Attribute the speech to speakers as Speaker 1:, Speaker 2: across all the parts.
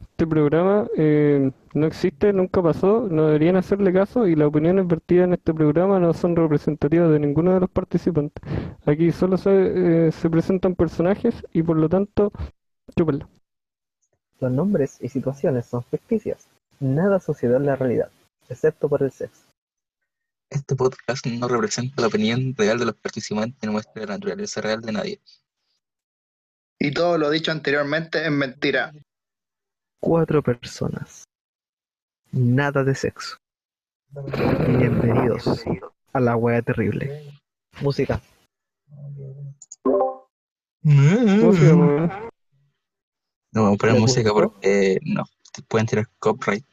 Speaker 1: este programa eh, no existe, nunca pasó, no deberían hacerle caso y las opiniones vertidas en este programa no son representativas de ninguno de los participantes. Aquí solo se, eh, se presentan personajes y por lo tanto, chúpenlo.
Speaker 2: Los nombres y situaciones son ficticias. Nada sucedió en la realidad, excepto por el sexo.
Speaker 3: Este podcast no representa la opinión real de los participantes ni muestra la naturaleza real de nadie.
Speaker 4: Y todo lo dicho anteriormente es mentira.
Speaker 2: Cuatro personas. Nada de sexo. Bienvenidos a la wea terrible. Música. Mm.
Speaker 1: Música, weón.
Speaker 3: No vamos a poner
Speaker 2: ¿Le
Speaker 3: música
Speaker 2: gustó?
Speaker 3: porque no, te pueden tirar copyright,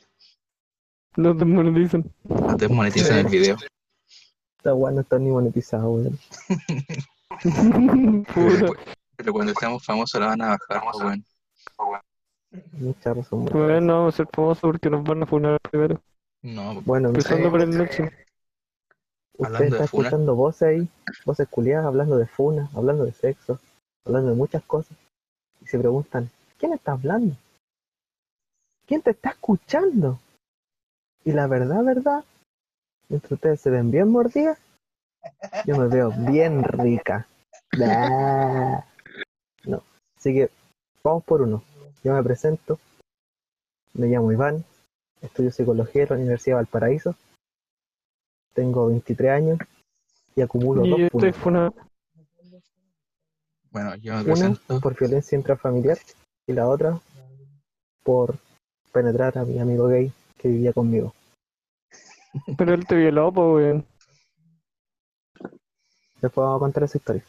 Speaker 1: Los desmonetizan.
Speaker 3: no desmonetizan el video.
Speaker 2: Esta wea no está ni monetizada, weón.
Speaker 3: Pero,
Speaker 1: Puta,
Speaker 3: cu- pero cuando seamos famosos la van a bajar, pues, weón.
Speaker 2: Mucha razón, weón.
Speaker 1: weón, no vamos a ser famosos porque nos van a funar primero.
Speaker 3: No,
Speaker 2: Bueno, no sé,
Speaker 1: Empezando por el Nexo.
Speaker 2: usted
Speaker 3: hablando
Speaker 2: está
Speaker 3: de funas.
Speaker 2: escuchando voces ahí, voces culiadas, hablando de funas, hablando de sexo, hablando de muchas cosas. Y se preguntan, ¿quién está hablando? ¿Quién te está escuchando? Y la verdad, verdad, mientras ustedes se ven bien mordidas, yo me veo bien rica. Bah. No, así que vamos por uno. Yo me presento, me llamo Iván, estudio psicología en la Universidad de Valparaíso, tengo 23 años y acumulo
Speaker 1: Y
Speaker 2: dos
Speaker 1: este
Speaker 2: puntos.
Speaker 1: funa
Speaker 3: bueno, yo me
Speaker 2: Una
Speaker 3: presento.
Speaker 2: por violencia intrafamiliar y la otra por penetrar a mi amigo gay que vivía conmigo.
Speaker 1: pero él te violó, po, weón.
Speaker 2: Después vamos a contar esa historia.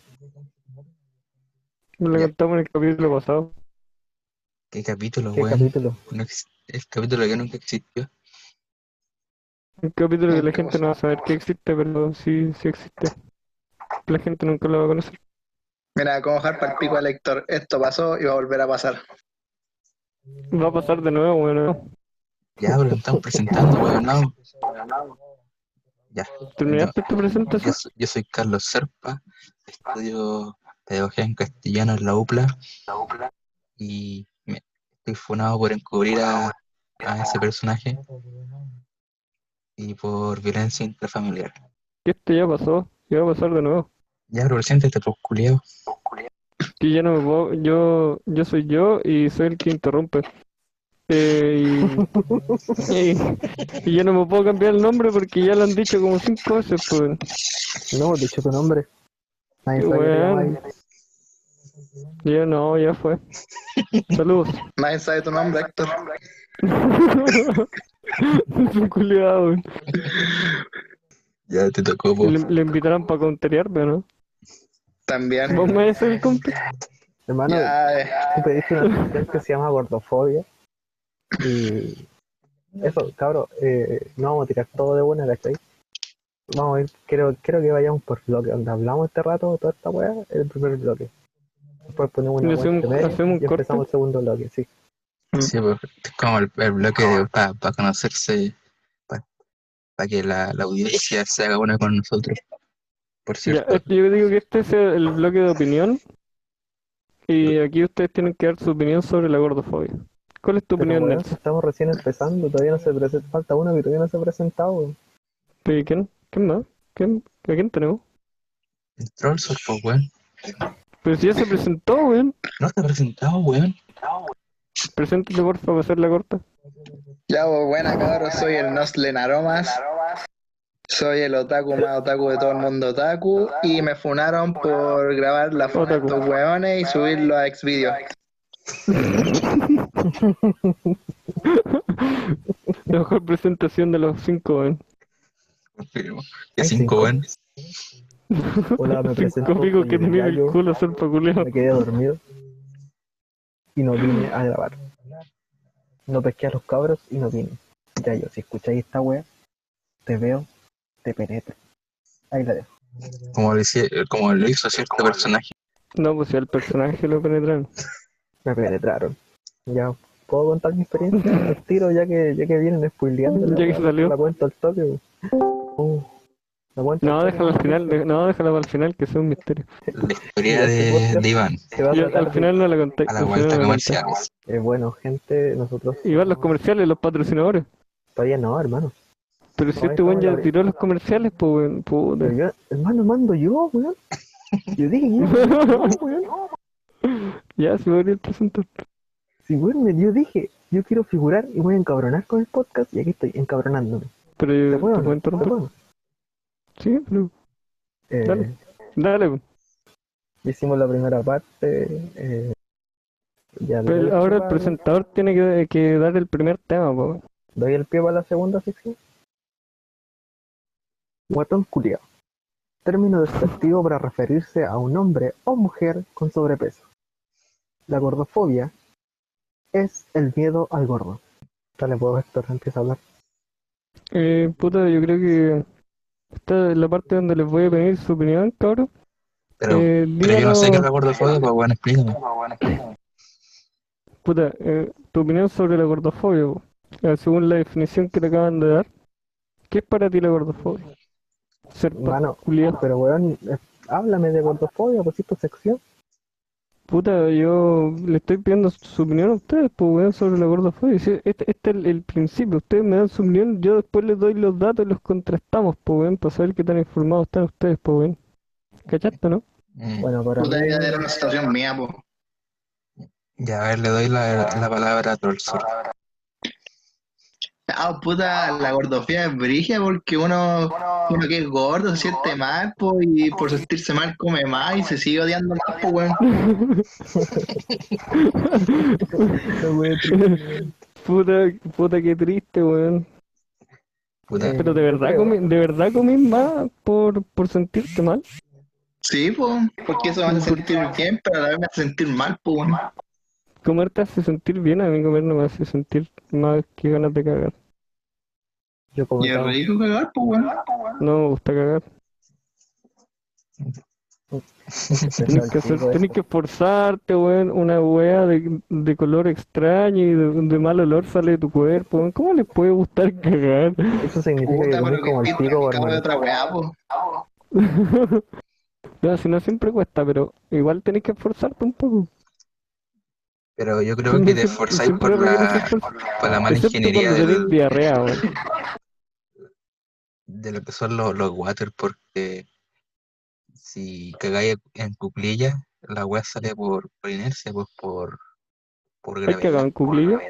Speaker 1: Lo
Speaker 3: Ya.
Speaker 1: contamos en el capítulo pasado.
Speaker 3: ¿Qué capítulo,
Speaker 2: ¿Qué
Speaker 3: weón?
Speaker 2: capítulo?
Speaker 3: No ex- el capítulo que nunca existió.
Speaker 1: Un capítulo que la
Speaker 4: ¿Qué
Speaker 1: gente
Speaker 4: pasó?
Speaker 1: no va a saber que existe, pero sí, sí existe. La gente nunca lo va a conocer.
Speaker 4: Mira, como dejar para el pico al lector. Esto pasó y va a volver a pasar.
Speaker 1: Va a pasar de nuevo, bueno.
Speaker 3: Ya, pero lo estamos presentando, weón. No. Ya.
Speaker 1: ¿Terminaste tu
Speaker 3: Yo,
Speaker 1: presentación?
Speaker 3: so- yo soy Carlos Serpa, estudio pedagogía en castellano en la UPLA. Y me, estoy funado por encubrir a, a ese personaje y por violencia intrafamiliar.
Speaker 1: Que esto ya pasó, y va a pasar de nuevo.
Speaker 3: Ya, pero siéntate, pues culiao.
Speaker 1: Que ya no me puedo- yo, yo soy yo y soy el que interrumpe. Eh, y, y- y yo no me puedo cambiar el nombre porque ya lo han dicho como cinco veces, pues.
Speaker 2: No hemos dicho tu nombre. Nadie sabe que te
Speaker 1: Bueno.
Speaker 2: llamas
Speaker 1: Ya no, ya fue. Saludos.
Speaker 4: Nadie sabe tu nombre, Héctor.
Speaker 1: Soy culiao, weón.
Speaker 3: Ya te tocó, po.
Speaker 1: le, le invitarán para counterearme, ¿no?
Speaker 4: También.
Speaker 1: Vos me decís el compi.
Speaker 2: Hermano,
Speaker 4: Ya, eh,
Speaker 2: tú pediste una canción que se llama Gordofobia. Y eso, cabro, eh, no vamos a tirar todo de una, ¿cachai? Vamos a ir, creo, creo que vayamos por bloque, donde hablamos este rato, toda esta weá, el primer bloque. Después ponemos
Speaker 1: Y
Speaker 2: una
Speaker 1: hacemos-
Speaker 2: entre medio
Speaker 1: hacemos un
Speaker 2: y empezamos
Speaker 1: corte.
Speaker 2: el segundo bloque, sí.
Speaker 3: Sí, pues, es como el, el bloque para conocerse, para que la, la audiencia se haga buena con nosotros. Por
Speaker 1: Ya,
Speaker 3: cierto,
Speaker 1: es que yo digo que este es el bloque de opinión. Y aquí ustedes tienen que dar su opinión sobre la gordofobia. ¿Cuál es tu
Speaker 2: Pero,
Speaker 1: opinión,
Speaker 2: weón,
Speaker 1: Nelson?
Speaker 2: estamos recién empezando, todavía no se presenta, falta uno que todavía no se ha presentado. weón.
Speaker 1: ¿Y quién? ¿Quién más? ¿Quién? ¿A quién tenemos?
Speaker 3: el troll sos, po, weón.
Speaker 1: Pero si ya se presentó, weón.
Speaker 3: No te he presentado, weón.
Speaker 1: Preséntate, por favor, para hacer la corta.
Speaker 4: ya, pues, buena, cabros. Soy el Noslen Aromas. Soy el otaku más otaku de todo el mundo otaku. Y me funaron por grabar la foto de
Speaker 1: Otaku.
Speaker 4: estos hueones y subirlo a Xvideo.
Speaker 1: La mejor presentación de los cinco, weón.
Speaker 3: Confirmo. Que
Speaker 2: Hay
Speaker 3: cinco,
Speaker 2: cinco.
Speaker 3: weón.
Speaker 2: Hola, me presento.
Speaker 1: Cinco picos que
Speaker 2: soy el
Speaker 1: tenía el
Speaker 2: gallo.
Speaker 1: culo ser peculiar.
Speaker 2: me quedé dormido y no vine a grabar. No pesqué a los cabros y no vine. Ya yo, si escucháis esta wea, te veo, te penetro. Ahí la dejo.
Speaker 3: Como, le hice- como lo hizo cierto personaje.
Speaker 1: No, pues si al personaje lo penetran.
Speaker 2: Me penetraron. Ya, ¿puedo contar mi experiencia? Al tiro, ya que, ya que vienen spoileando. la
Speaker 1: Ya que
Speaker 2: wea,
Speaker 1: salió.
Speaker 2: La cuento al toque. wea. Uh, No, cuento
Speaker 1: No,
Speaker 2: la
Speaker 1: déjalo al
Speaker 2: historia.
Speaker 1: final, de- no, déjalo para el final, que sea un misterio.
Speaker 3: La historia de, de Iván
Speaker 2: Se va a
Speaker 1: Yo
Speaker 2: tratar
Speaker 1: al final no la conté.
Speaker 3: a la
Speaker 1: al final no
Speaker 3: vuelta
Speaker 1: la
Speaker 3: comercial.
Speaker 2: de- eh, bueno, gente, nosotros
Speaker 1: conté. Igual los comerciales, los patrocinadores.
Speaker 2: todavía no, hermano.
Speaker 1: Pero si
Speaker 2: No,
Speaker 1: este
Speaker 2: ahí
Speaker 1: weón
Speaker 2: estamos
Speaker 1: ya
Speaker 2: la-
Speaker 1: tiró los comerciales, pues weón, puta.
Speaker 2: Pero yo- hermano, mando yo, weón. Yo dije, yo, no, weón.
Speaker 1: Ya, se podría presentar.
Speaker 2: Si, weón, yo dije, yo quiero figurar y voy a encabronar con el podcast y aquí estoy encabronándome.
Speaker 1: Pero yo
Speaker 2: ¿Te
Speaker 1: te
Speaker 2: puedo?
Speaker 1: puedo
Speaker 2: ¿Te
Speaker 1: interrumpir.
Speaker 2: puedo?
Speaker 1: Sí, pero
Speaker 2: Eh,
Speaker 1: Dale. dale. pues. weón.
Speaker 2: hicimos la primera parte. eh, ya le
Speaker 1: Pero
Speaker 2: doy el
Speaker 1: Pues, ahora el
Speaker 2: pie pa-
Speaker 1: presentador tiene que, que dar el primer tema, pues. po, weón.
Speaker 2: Doy el pie para la segunda sección. Guatón culiao. Término despectivo para referirse a un hombre o mujer con sobrepeso. La gordofobia es el miedo al gordo. Dale, puedo ver, empieza a hablar.
Speaker 1: Eh, puta, yo creo que esta es la parte donde les voy a pedir su opinión, cabrón.
Speaker 3: Pero,
Speaker 1: Eh,
Speaker 3: pero yo no sé qué es
Speaker 1: díganos-
Speaker 3: la gordofobia, pues bueno, explícame.
Speaker 1: Puta, eh, tu opinión sobre la gordofobia, po. Eh, según la definición que te acaban de dar, ¿qué es para ti la gordofobia? Ser
Speaker 2: Mano,
Speaker 1: culiado.
Speaker 2: pero weón, eh, háblame de gordofobia, pues si tu sección.
Speaker 1: Puta, yo le estoy pidiendo su opinión a ustedes, pues, weón, sobre la gordofobia. Sí, Este, este es el, el principio, ustedes me dan su opinión, yo después les doy los datos y los contrastamos, pues, weón, para saber qué tan informados están ustedes, pues, weón. ¿Cachaste, no?
Speaker 3: Mm,
Speaker 2: Bueno, para
Speaker 4: Puta,
Speaker 2: mí-
Speaker 4: ya era una situación mía, po.
Speaker 3: Ya, a ver, le doy la, la palabra a Trollsor.
Speaker 4: Ah, puta, la gordofía es brigia porque uno, uno que es gordo se siente mal, po, y por sentirse mal come más y se sigue odiando más, po, weón.
Speaker 1: Puta, puta, qué triste, weón.
Speaker 3: Puta,
Speaker 2: Eh,
Speaker 1: Pero de verdad,
Speaker 2: creo.
Speaker 1: comí, de verdad comí más por, por sentirte mal.
Speaker 4: Sí, po, porque eso me hace sentir bien, pero a la vez me hace sentir mal, po, weón.
Speaker 1: Comer te hace sentir bien, a mí comer no me hace sentir más que ganas de cagar.
Speaker 2: yo como
Speaker 4: Y es
Speaker 2: estaba-
Speaker 4: rico cagar, po, weón.
Speaker 1: No me gusta cagar. Tenés que, hacer- tenés que esforzarte, weón. Una wea de, de color extraño y de, de mal olor sale de tu cuerpo. weón. ¿Cómo le puede gustar cagar?
Speaker 2: Eso significa que
Speaker 4: Puta,
Speaker 2: comí
Speaker 4: pero
Speaker 2: como
Speaker 4: que
Speaker 2: el pico,
Speaker 4: cago de
Speaker 2: hermano.
Speaker 4: otra weá, po.
Speaker 1: No, si no siempre cuesta, pero igual tenés que esforzarte un poco.
Speaker 3: pero yo creo que te esforzáis
Speaker 1: Siempre
Speaker 3: por
Speaker 1: requieres
Speaker 3: la,
Speaker 1: esfuerzo.
Speaker 3: por la mala
Speaker 1: Excepto
Speaker 3: ingeniería
Speaker 1: cuando tenés
Speaker 3: del,
Speaker 1: diarrea, weón.
Speaker 3: de lo que son los, los water, porque si cagáis en cuclillas, la weá sale por, por inercia, pues por, por
Speaker 1: ¿Has cagado
Speaker 3: gravedad.
Speaker 1: en cuclillas?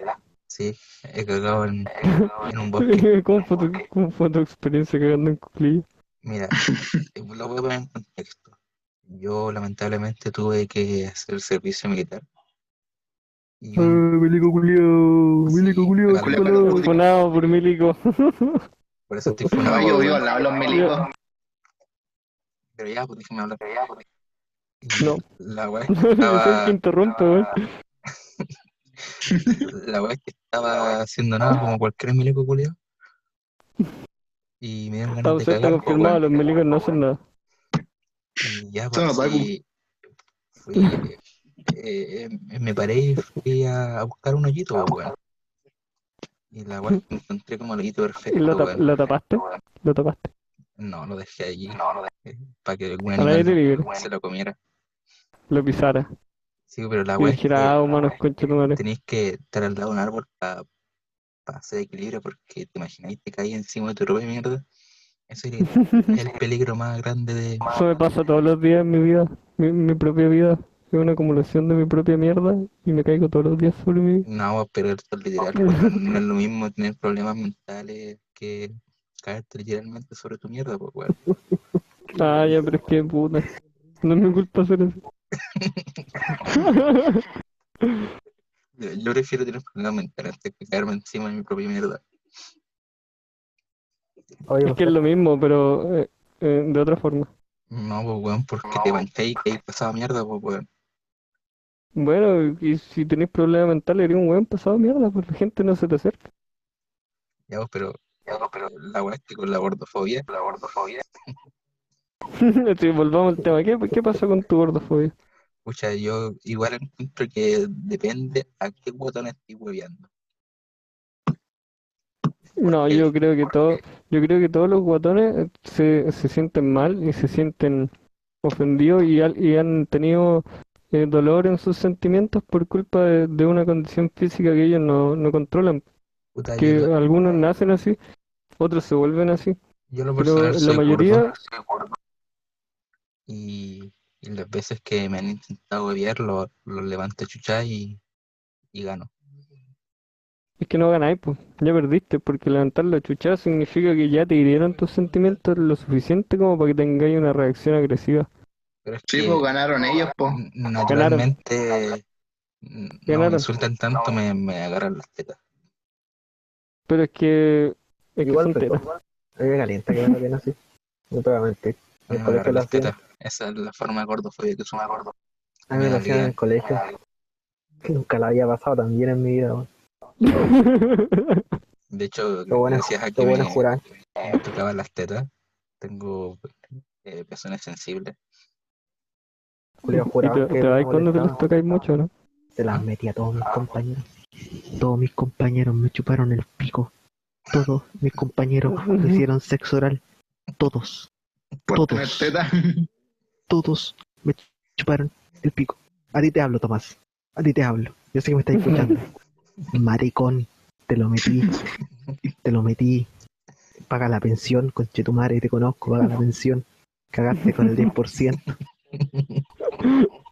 Speaker 3: Sí, he cagado en, en un bosque.
Speaker 1: ¿Cómo fue, tu, cómo fue tu experiencia cagando en cuclillas?
Speaker 3: Mira, eh, lo voy a poner en contexto. Yo lamentablemente tuve que hacer servicio militar. Y un-
Speaker 1: milico culio,
Speaker 3: Ah, milico culio, psicólogo.
Speaker 1: Funado por milico.
Speaker 3: por eso estoy
Speaker 4: No,
Speaker 3: funado.
Speaker 4: yo
Speaker 3: weón.
Speaker 4: vivo al lado de los milicos.
Speaker 3: Pero ya, pues déjame hablar. Pero ya, pues,
Speaker 1: No.
Speaker 3: La weá es que
Speaker 1: Soy el
Speaker 3: estaba,
Speaker 1: que interrumpe, weón.
Speaker 3: la weá es que estaba haciendo nada como cualquier milico culiao. Y me dieron
Speaker 1: Está
Speaker 3: ganas de
Speaker 1: ausente
Speaker 3: cagar, pues,
Speaker 1: confirmado,
Speaker 3: weón.
Speaker 1: los milicos no hacen nada.
Speaker 3: Y ya,
Speaker 4: Son
Speaker 3: pues,
Speaker 4: otaku.
Speaker 3: sí, fui, eh, eh, me paré y fui a, a buscar un hoyito, pues, weón. Y la weá es que encontré como el hoyito
Speaker 1: ¿Y la,
Speaker 3: perfecto,
Speaker 1: tap-
Speaker 3: weón.
Speaker 1: la tapaste? ¿La tapaste?
Speaker 3: No, lo dejé allí. No, lo dejé. Para que algún
Speaker 1: Al aire
Speaker 3: animal
Speaker 1: libre,
Speaker 3: se lo comiera.
Speaker 1: lo pisara.
Speaker 3: Sí, pero la
Speaker 1: Y
Speaker 3: weá es que
Speaker 1: dijera, ah, humanos, concha tu madre.
Speaker 3: tenéis que estar al lado de un árbol para hacer equilibrio porque te imagináis te caí encima de tu propia mierda. Eso es el, el peligro más grande de...
Speaker 1: Eso me pasa todos los días en mi vida, mi, mi propia vida. Es una acumulación de mi propia mierda y me caigo todos los días sobre mí.
Speaker 3: No, pero esto es literal. weón. No es lo mismo tener problemas mentales que caerte literalmente sobre tu mierda, pues, weón.
Speaker 1: Ah, ya, pero es que puta. No es mi culpa hacer eso.
Speaker 3: Yo- Yo prefiero tener problemas mentales antes que caerme encima de mi propia mierda.
Speaker 2: Oye,
Speaker 1: Es que es lo mismo, pero eh, eh, de otra forma.
Speaker 3: No, pues, weón, porque te levanté y caí pasada mierda, pues, weón.
Speaker 1: Bueno, y si tenés problemas mentales, eres un buen pasado de mierda, pues la gente no se te acerca.
Speaker 3: Ya, pues, pero, pero la weá es que con la gordofobia, la gordofobia,
Speaker 1: Entonces, volvamos al tema. ¿Qué, qué pasó con tu gordofobia?
Speaker 3: pucha, yo igual encuentro que depende a qué guatón estoy hueveando.
Speaker 1: No,
Speaker 3: qué?
Speaker 1: yo creo que
Speaker 3: ¿Por
Speaker 1: todo,
Speaker 3: qué?
Speaker 1: yo creo que todos los guatones eh, se, se sienten mal y se sienten ofendidos y, al- y han tenido eh, dolor en sus sentimientos por culpa de, de una condición física que ellos no, no controlan,
Speaker 3: Puta,
Speaker 1: que
Speaker 3: yo,
Speaker 1: algunos nacen así, otros se vuelven así.
Speaker 3: yo lo
Speaker 1: pero
Speaker 3: personal
Speaker 1: la
Speaker 3: soy
Speaker 1: mayoría-
Speaker 3: gordo. soy gordo. Y, y las veces que me han intentado huevear, lo, lo levanto a chucha y, y gano.
Speaker 1: Es que no ganáis, pues, ya perdiste, porque levantar la chuchada significa que ya te hirieron tus sentimientos lo suficiente como para que tengáis una reacción agresiva.
Speaker 3: Pero es
Speaker 4: Sí,
Speaker 3: que-
Speaker 4: pues ganaron ellos, pues.
Speaker 3: N- Naturalmente, n- no me
Speaker 1: Ganaron.
Speaker 3: insultan tanto, me, me agarran las tetas.
Speaker 1: Pero es que, es que
Speaker 2: pues, Igual,
Speaker 1: son
Speaker 2: pero
Speaker 1: tetas.
Speaker 2: a mí me calienta que me pena así. No te voy a mentir.
Speaker 1: Ah,
Speaker 3: A
Speaker 2: El
Speaker 3: mí me
Speaker 2: colegio
Speaker 3: agarran
Speaker 2: lo
Speaker 3: las
Speaker 2: hacía.
Speaker 3: tetas. Esa es la forma de gordofobia que suma gordo.
Speaker 2: A mí me
Speaker 3: Me
Speaker 2: lo hacían en el
Speaker 3: dolía.
Speaker 2: colegio. Nunca la había pasado tan bien en mi vida. weón.
Speaker 3: De hecho,
Speaker 2: Lo bueno es-
Speaker 3: gracias a que
Speaker 2: Lo bueno
Speaker 3: me,
Speaker 2: es jurar.
Speaker 3: me tocaban las tetas, tengo eh, pezones sensibles.
Speaker 2: Julio
Speaker 1: ¿Y
Speaker 2: juraba
Speaker 1: te,
Speaker 2: que
Speaker 1: te
Speaker 2: me
Speaker 1: vais cuando te los
Speaker 2: molestaba.
Speaker 1: tocáis mucho, no?
Speaker 2: Se las metí a todos mis compañeros. Todos mis compañeros me chuparon el pico. Todos mis compañeros me hicieron sexo oral. Todos,
Speaker 4: Por tener
Speaker 2: Todos.
Speaker 4: teta.
Speaker 2: todos me chuparon el pico. A ti te hablo, Tomás. A ti te hablo. Yo sé que me estás escuchando. Maricón, te lo metí. Te lo metí. Paga la pensión, conchetumare, te conozco, paga la pensión. Cagaste con el 10%.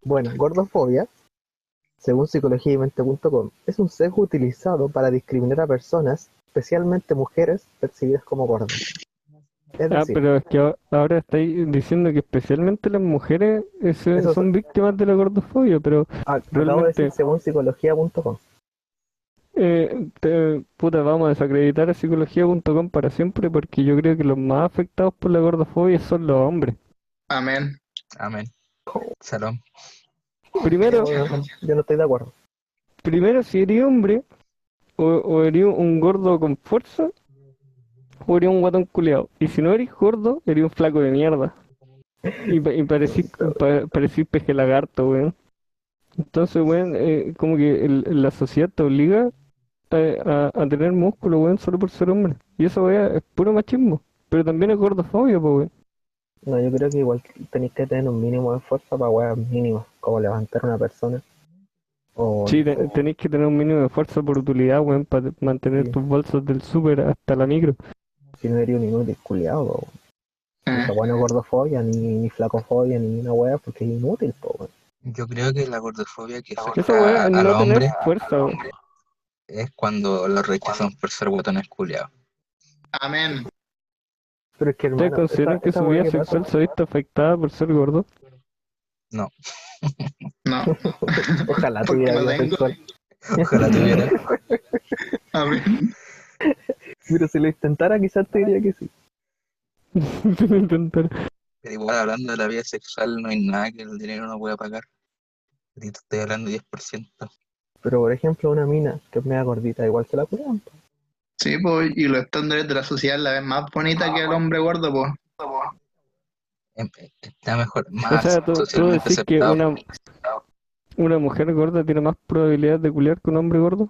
Speaker 2: Bueno, gordofobia, según psicologiamente.com, es un sesgo utilizado para discriminar a personas, especialmente mujeres, percibidas como gordas. Es
Speaker 1: Ah,
Speaker 2: decir,
Speaker 1: pero es que a- ahora estáis diciendo que especialmente las mujeres eh, se-
Speaker 2: Eso-
Speaker 1: son víctimas de la gordofobia, pero
Speaker 2: a- acabo de
Speaker 1: realmente-
Speaker 2: decir según psicología.com.
Speaker 1: eh, te- puta, vamos a desacreditar a psicología.com para siempre porque yo creo que los más afectados por la gordofobia son los hombres.
Speaker 4: Amén.
Speaker 3: Amén.
Speaker 1: Oh.
Speaker 3: Salón.
Speaker 1: Primero,
Speaker 2: Yo no- yo no estoy de acuerdo.
Speaker 1: primero si eres hombre o, o eres un gordo con fuerza o eres un guatón culeado. Y si no eres gordo, eres un flaco de mierda. Y, pa- y parecís, pa- parecís peje lagarto, weón. Entonces, weón, eh, como que el- la sociedad te obliga eh, a, a- a tener músculo, weón, solo por ser hombre. Y eso, weón, es puro machismo. Pero también es gordofobia, po, weón.
Speaker 2: No, yo creo que igual tenéis que tener un mínimo de fuerza para weas mínimas, como levantar a una persona. O,
Speaker 1: Sí, te-
Speaker 2: o-
Speaker 1: tenéis que tener un mínimo de fuerza por utilidad, weón, para mantener
Speaker 2: Sí.
Speaker 1: tus bolsas del súper hasta la micro.
Speaker 2: si no eres un inútil, culiado. po.
Speaker 4: Eh,
Speaker 2: Esa wea no es gordofobia, ni, ni flacofobia, ni una wea, porque es inútil, po, weón.
Speaker 3: Yo creo que la gordofobia
Speaker 1: Que
Speaker 3: que
Speaker 1: esa
Speaker 3: afecta
Speaker 1: weá es
Speaker 3: Ah, al
Speaker 1: no tener
Speaker 3: hombre
Speaker 1: fuerza, weón.
Speaker 3: es cuando lo rechazan por ser botones culiados.
Speaker 4: Amén.
Speaker 2: Pero es que,
Speaker 1: ¿Ustedes
Speaker 2: hermano,
Speaker 1: consideran
Speaker 2: esa-
Speaker 1: que
Speaker 2: esa
Speaker 1: su
Speaker 2: wea
Speaker 1: vida
Speaker 2: que pasa-
Speaker 1: sexual se ha visto afectada por ser gordo?
Speaker 4: No.
Speaker 2: Ojalá
Speaker 4: Porque
Speaker 2: tuviera
Speaker 4: no
Speaker 2: vida
Speaker 4: tengo.
Speaker 2: sexual.
Speaker 3: Ojalá tuviera.
Speaker 4: Amén.
Speaker 2: Mira, si lo intentara, quizás te diría que sí.
Speaker 1: Sin intentar.
Speaker 3: Pero igual hablando de la vida sexual, no hay nada que el dinero no pueda pagar. Ahorita Estoy hablando de 10%.
Speaker 2: Pero, por ejemplo, una mina que es media gordita, igual se la curan. po.
Speaker 4: Sí, pues, y los estándares de la sociedad la ven más bonita
Speaker 2: Ah,
Speaker 4: que el hombre gordo, pues.
Speaker 3: em- eh, está mejor,
Speaker 1: O
Speaker 3: más
Speaker 1: sea, tú, tú
Speaker 3: socialmente
Speaker 1: decís que
Speaker 3: aceptado.
Speaker 1: una, una mujer gorda tiene más probabilidad de culiar que un hombre gordo.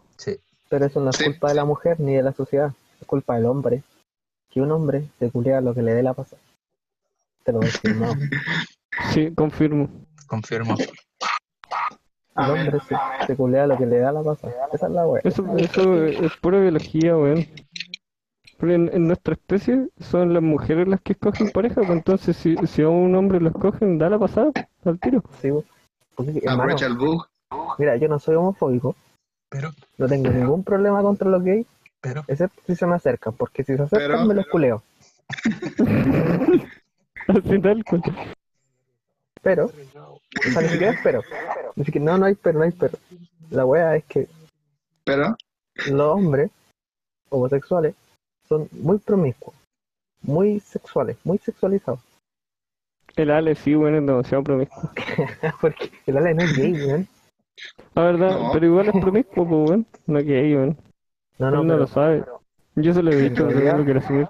Speaker 2: Pero eso no es
Speaker 4: Sí.
Speaker 2: culpa de la mujer ni de la sociedad, es culpa del hombre. Que un hombre se culea lo que le dé la pasa. Te lo he firmado.
Speaker 1: Sí, confirmo.
Speaker 3: Confirmo.
Speaker 2: El
Speaker 4: Amén.
Speaker 2: hombre se, se culea lo que le da la pasa. Esa es la wea.
Speaker 1: Eso, eso es pura biología, weón. Pero en, en nuestra especie son las mujeres las que escogen pareja, pues entonces si, si a un hombre lo escogen, da la pasada al tiro.
Speaker 2: Sí, bo. Porque, hermano,
Speaker 4: Aprovecha el bug.
Speaker 2: mira, yo no soy homofóbico,
Speaker 3: Pero,
Speaker 2: no tengo ningún problema contra los gays,
Speaker 3: pero,
Speaker 2: excepto si se me acercan, porque si se acercan
Speaker 4: Pero-
Speaker 2: me los culeo.
Speaker 1: Así tal cual.
Speaker 2: Pero, o sea, ni siquiera espero. Ni siquiera, no, no hay pero, no hay pero. La wea es que
Speaker 4: Pero,
Speaker 2: los hombres homosexuales son muy promiscuos, muy sexuales, muy sexualizados.
Speaker 1: El Ale sí, weón, es demasiado promiscuo.
Speaker 2: Porque el Ale no es gay, weón.
Speaker 1: La verdad,
Speaker 4: No.
Speaker 1: pero igual es promiscuo, pues, weón. No que hay, weón.
Speaker 2: No,
Speaker 1: Él
Speaker 2: no,
Speaker 1: no lo
Speaker 2: pero
Speaker 1: sabe. Yo se lo he dicho, pero no lo quiero asumir.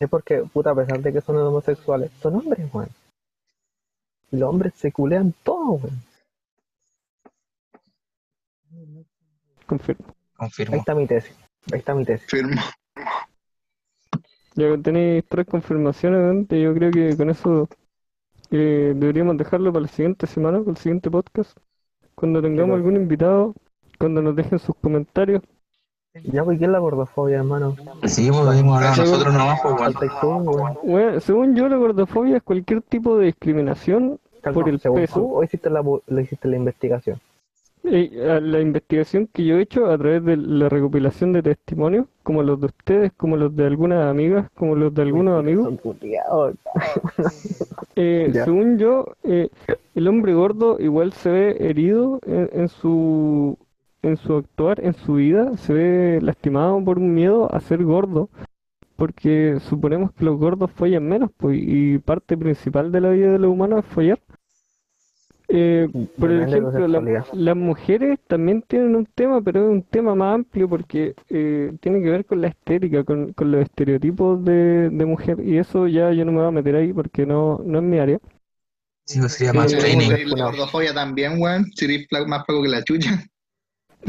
Speaker 2: es porque, puta, a pesar de que son homosexuales, son hombres, weón. Y los hombres se culean todo, weón.
Speaker 1: Confirmo.
Speaker 2: Ahí
Speaker 3: confirmo.
Speaker 2: está mi tesis. Ahí está mi tesis.
Speaker 4: firmo.
Speaker 1: Ya tenéis tres confirmaciones, weón, y yo creo que con eso eh, deberíamos dejarlo para la siguiente semana, para el siguiente podcast. Cuando tengamos
Speaker 2: bueno.
Speaker 1: algún invitado, cuando nos dejen sus comentarios.
Speaker 2: Ya, pues, ¿qué es la gordofobia, hermano?
Speaker 3: Sí, pues debemos hablar nosotros nomás, pues, weón.
Speaker 2: Falta tú, weón.
Speaker 1: Bueno, según yo, la gordofobia es cualquier tipo de discriminación.
Speaker 2: Calma,
Speaker 1: Por el
Speaker 2: según
Speaker 1: peso.
Speaker 2: tú, ¿O hiciste la, bu- le hiciste la investigación?
Speaker 1: Eh, a la investigación que yo he hecho a través de la recopilación de testimonios, como los de ustedes, como los de algunas amigas, como los de algunos amigos,
Speaker 2: Son culiados.
Speaker 1: Eh,
Speaker 2: Ya.
Speaker 1: según yo, eh, el hombre gordo igual se ve herido en, en su en su actuar, en su vida, se ve lastimado por un miedo a ser gordo, porque suponemos que los gordos follan menos, pues, y parte principal de la vida de los humanos es follar. Eh, por
Speaker 2: Depende de tu
Speaker 1: ejemplo, la-
Speaker 2: sexualidad.
Speaker 1: las mujeres también tienen un tema, pero es un tema más amplio porque eh, tiene que ver con la estética, con, con los estereotipos de, de mujer, y eso ya yo no me voy a meter ahí porque no, no es mi área.
Speaker 3: Sí, pues sería
Speaker 1: Sí,
Speaker 3: más
Speaker 1: yo-
Speaker 3: training.
Speaker 4: Sería La gordofobia también, weón. Sería fla- más flaco que la chucha.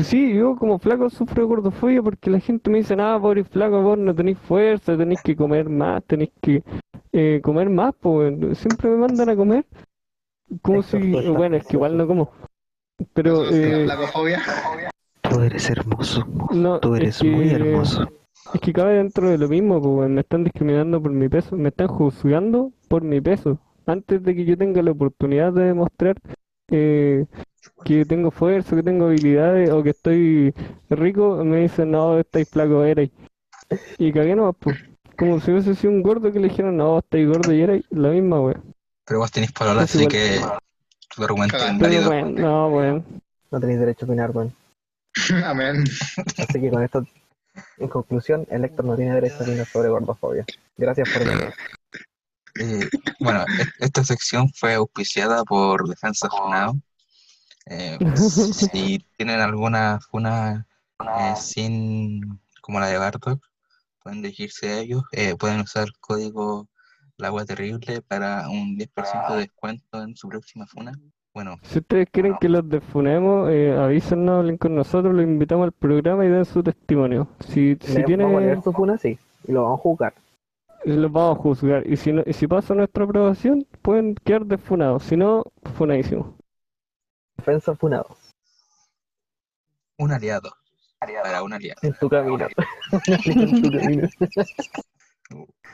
Speaker 1: Sí, yo como flaco sufro de gordofobia porque la gente me dice, nada, pobre flaco, vos no tenéis fuerza, tenéis que comer más, tenéis que eh, comer más, pues siempre me mandan a comer. Como
Speaker 2: Eso,
Speaker 1: si,
Speaker 2: eso.
Speaker 1: bueno, es que igual no como. Pero
Speaker 4: Eso sería
Speaker 1: eh,
Speaker 4: flacofobia.
Speaker 5: Tú eres hermoso.
Speaker 1: no,
Speaker 5: Tú
Speaker 1: es
Speaker 5: eres muy
Speaker 1: que-
Speaker 5: hermoso.
Speaker 1: Es que cabe dentro de lo mismo, pues, weón, me están discriminando por mi peso, me están juzgando por mi peso, antes de que yo tenga la oportunidad de demostrar eh, que tengo esfuerzo, que tengo habilidades o que estoy rico, me dicen, no, estáis flaco, eres. Y cagué nomás, pues, como si hubiese sido un gordo que le dijeron, no, estáis gordo y eres la misma, weón.
Speaker 3: Pero vos tenés palabras,
Speaker 1: Sí,
Speaker 3: así que tu argumento es
Speaker 4: Pero,
Speaker 1: Pero,
Speaker 3: válido.
Speaker 1: weón, no, weón.
Speaker 2: No tenéis derecho a opinar, weón.
Speaker 4: Amén.
Speaker 2: Así que con esto, en conclusión, el Héctor no tiene derecho a opinar sobre gordofobia. Gracias por eso.
Speaker 3: Eh, bueno, e- esta sección fue auspiciada por Defensa Funao. Eh, si tienen alguna funa eh, sin como la de Bardock, pueden dirigirse a ellos. Eh, pueden usar el código La Agua Terrible para un 10% de descuento en su próxima funa. Bueno,
Speaker 1: Si ustedes quieren que los defunemos, eh, avísennos, hablen con nosotros, los invitamos al programa y den su testimonio. Si, si
Speaker 2: Le
Speaker 1: tienen...
Speaker 2: Vamos a leer su funa, sí. Y lo vamos a jugar.
Speaker 1: los vamos a juzgar. Y si, no, y si pasa nuestra aprobación, pueden quedar desfunados. Si no, funadísimos.
Speaker 2: Defensa funado.
Speaker 3: un aliado. Para un aliado.
Speaker 2: En tu camino. en tu camino.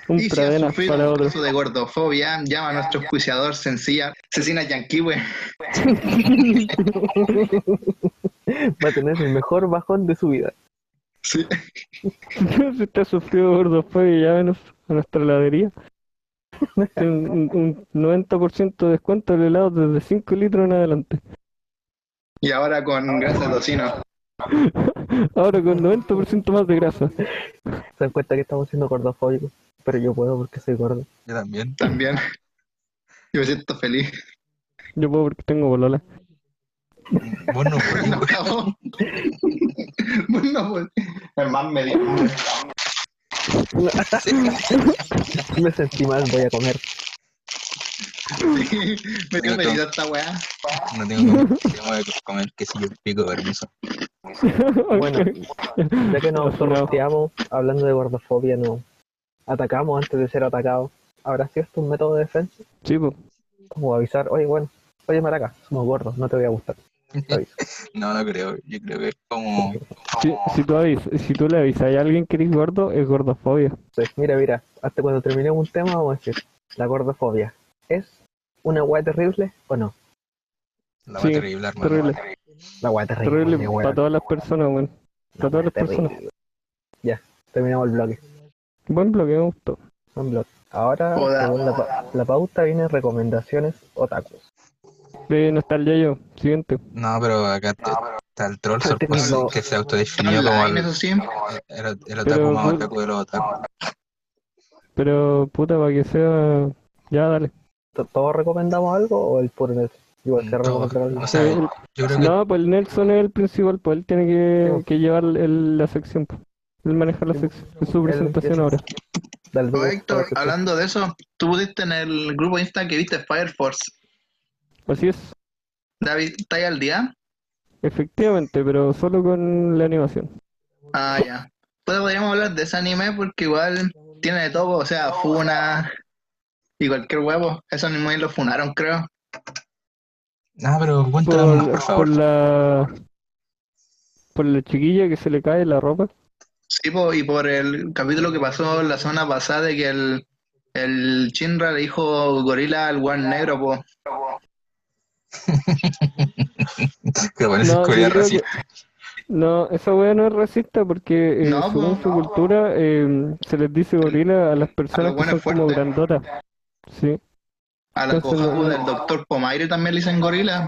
Speaker 1: Un
Speaker 4: Y si has
Speaker 1: pradenas
Speaker 4: sufrido
Speaker 1: para
Speaker 4: un
Speaker 1: otro.
Speaker 4: caso de gordofobia, llama a nuestro juiciador sencilla, Cecina Yankee, weón.
Speaker 2: Va a tener el mejor bajón de su vida.
Speaker 4: Sí.
Speaker 1: si usted ha sufrido gordofobia, llámenos a nuestra heladería. Tiene un, un 90% de descuento del helado desde 5 litros en adelante.
Speaker 4: Y ahora con grasa de tocino.
Speaker 1: Ahora con 90% más de grasa.
Speaker 2: Se dan cuenta que estamos siendo gordofóbicos. Pero yo puedo porque soy gordo.
Speaker 3: Yo también.
Speaker 4: También. Yo me siento feliz.
Speaker 1: Yo puedo porque tengo bolola.
Speaker 3: Vos no podés,
Speaker 4: No acabó. Bueno, pues. Hermano, me dio.
Speaker 2: Me sentí mal, voy a comer.
Speaker 4: Sí, Me dio felicidad esta weá.
Speaker 3: No tengo como de comer quesillo pico, permiso.
Speaker 2: Bueno, ya que nos
Speaker 1: No, no.
Speaker 2: sorteamos hablando de gordofobia, no atacamos antes de ser atacados. ¿Habrá sido esto un método de defensa?
Speaker 1: Sí, po.
Speaker 2: Como avisar, oye, bueno, oye, Maraca, somos gordos, no te voy a gustar. Te aviso.
Speaker 3: No, no creo. Yo creo que es como.
Speaker 1: Si, si tú, avis- si tú le avisas a alguien que eres gordo, es gordofobia.
Speaker 2: Entonces, Pues mira, mira, hasta cuando terminemos un tema, vamos a decir, la gordofobia, ¿es una hueá terrible o no?
Speaker 3: La
Speaker 1: Sí,
Speaker 3: va terrible, hermano.
Speaker 1: terrible.
Speaker 2: La hueá terrible.
Speaker 1: Terrible
Speaker 2: ni hueá,
Speaker 1: para todas las personas, weón.
Speaker 2: la
Speaker 1: Para todas
Speaker 2: hueá
Speaker 1: las personas.
Speaker 2: terrible. Ya, terminamos el bloque.
Speaker 1: Buen bloque, me gustó.
Speaker 2: buen bloque. Ahora,
Speaker 4: Hola.
Speaker 2: según la, pa- la pauta, vienen recomendaciones otakus.
Speaker 1: Eh, no está el Yayo. Siguiente.
Speaker 3: No, pero acá t- está el troll
Speaker 2: Estoy
Speaker 3: sorpresa
Speaker 2: teniendo-
Speaker 3: que se autodefinió como
Speaker 4: Online,
Speaker 3: el,
Speaker 4: eso sí.
Speaker 3: el, el
Speaker 1: Pero
Speaker 3: otaku más
Speaker 1: tú-
Speaker 3: otaku de los otaku.
Speaker 1: Pero puta, para que sea. Ya, dale.
Speaker 2: ¿To- ¿Todos recomendamos algo o el puro Nelson? Igual se recomendó algo.
Speaker 3: O sea,
Speaker 1: Eh,
Speaker 3: yo creo que
Speaker 1: No, pues el Nelson es el principal, pues él tiene que,
Speaker 2: Sí.
Speaker 1: que llevar el- la sección. pues. Él maneja la
Speaker 2: Sí.
Speaker 1: sección. Es su
Speaker 2: Él
Speaker 1: presentación
Speaker 2: empieza.
Speaker 1: ahora.
Speaker 2: Del
Speaker 4: Pero,
Speaker 2: video,
Speaker 4: Héctor,
Speaker 2: porque-
Speaker 4: hablando de eso, tú pusiste en el grupo de Insta que viste Fire Force.
Speaker 1: Así es,
Speaker 4: David, ¿está ahí al día?
Speaker 1: efectivamente, pero solo con la animación.
Speaker 4: Ah, ya. Pues podríamos hablar de ese anime porque igual Tiene de todo, o sea, funa y cualquier huevo. Eso mismo ahí lo funaron, creo.
Speaker 3: Ah, pero cuéntanos más, por
Speaker 1: Por,
Speaker 3: favor.
Speaker 1: por la. Por la chiquilla que se le cae la ropa.
Speaker 4: Sí, po, y por el capítulo que pasó la semana pasada de que el, el Chinra le dijo gorila al guan negro, po.
Speaker 3: Que bueno,
Speaker 1: No,
Speaker 3: ese es
Speaker 1: yo creo
Speaker 3: culiao
Speaker 1: que-
Speaker 3: racista.
Speaker 1: No, esa wea no es racista porque eh,
Speaker 4: No, po,
Speaker 3: pues,
Speaker 1: según su
Speaker 4: no, po.
Speaker 1: cultura eh, se les dice gorila a las personas que
Speaker 4: buenos
Speaker 1: son como
Speaker 4: fuertes.
Speaker 1: grandotas. Sí.
Speaker 4: A la
Speaker 1: Entonces,
Speaker 4: Kohaku
Speaker 1: no-
Speaker 4: del doctor Pomaire también le dicen gorila.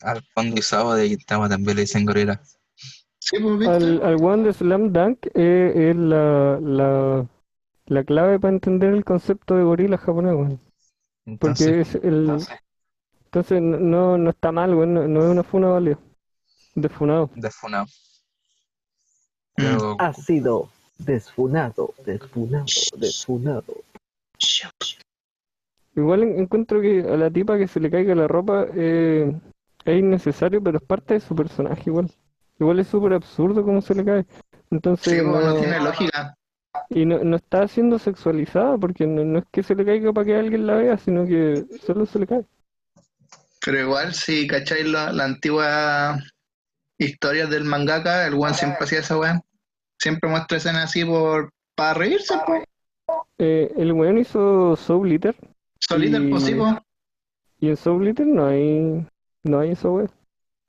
Speaker 3: Al fondo Isao de Gintama también le dicen gorila.
Speaker 4: Sí, pues, ¿viste?
Speaker 1: Al, al one de Slam Dunk eh, es la, la, la clave para entender el concepto de gorila japonés, weón.
Speaker 4: Ah,
Speaker 1: Porque
Speaker 3: Entonces,
Speaker 1: es el. Entonces no, no está mal, weón. No, no es una funa válida. Defunado.
Speaker 3: desfunado. Pero,
Speaker 1: Mm.
Speaker 2: Ha sido desfunado, desfunado, desfunado.
Speaker 1: Igual en- encuentro que a la tipa que se le caiga la ropa eh, es innecesario, pero es parte de su personaje igual. Igual es súper absurdo cómo se le cae. Entonces
Speaker 4: Sí, po, no
Speaker 1: no-
Speaker 4: tiene lógica.
Speaker 1: y no, no está siendo sexualizada porque no, no es que se le caiga para que alguien la vea, sino que solo se le cae.
Speaker 4: Pero igual, si cacháis la, la antigua historia del mangaka, el guan siempre hacía esa weá. Siempre muestra escenas así por para reírse, pues, po.
Speaker 1: Eh, el weón hizo Soul Eater
Speaker 4: Solito el
Speaker 1: Y-
Speaker 4: posible.
Speaker 1: y en Soul Eater no hay no hay eso weón.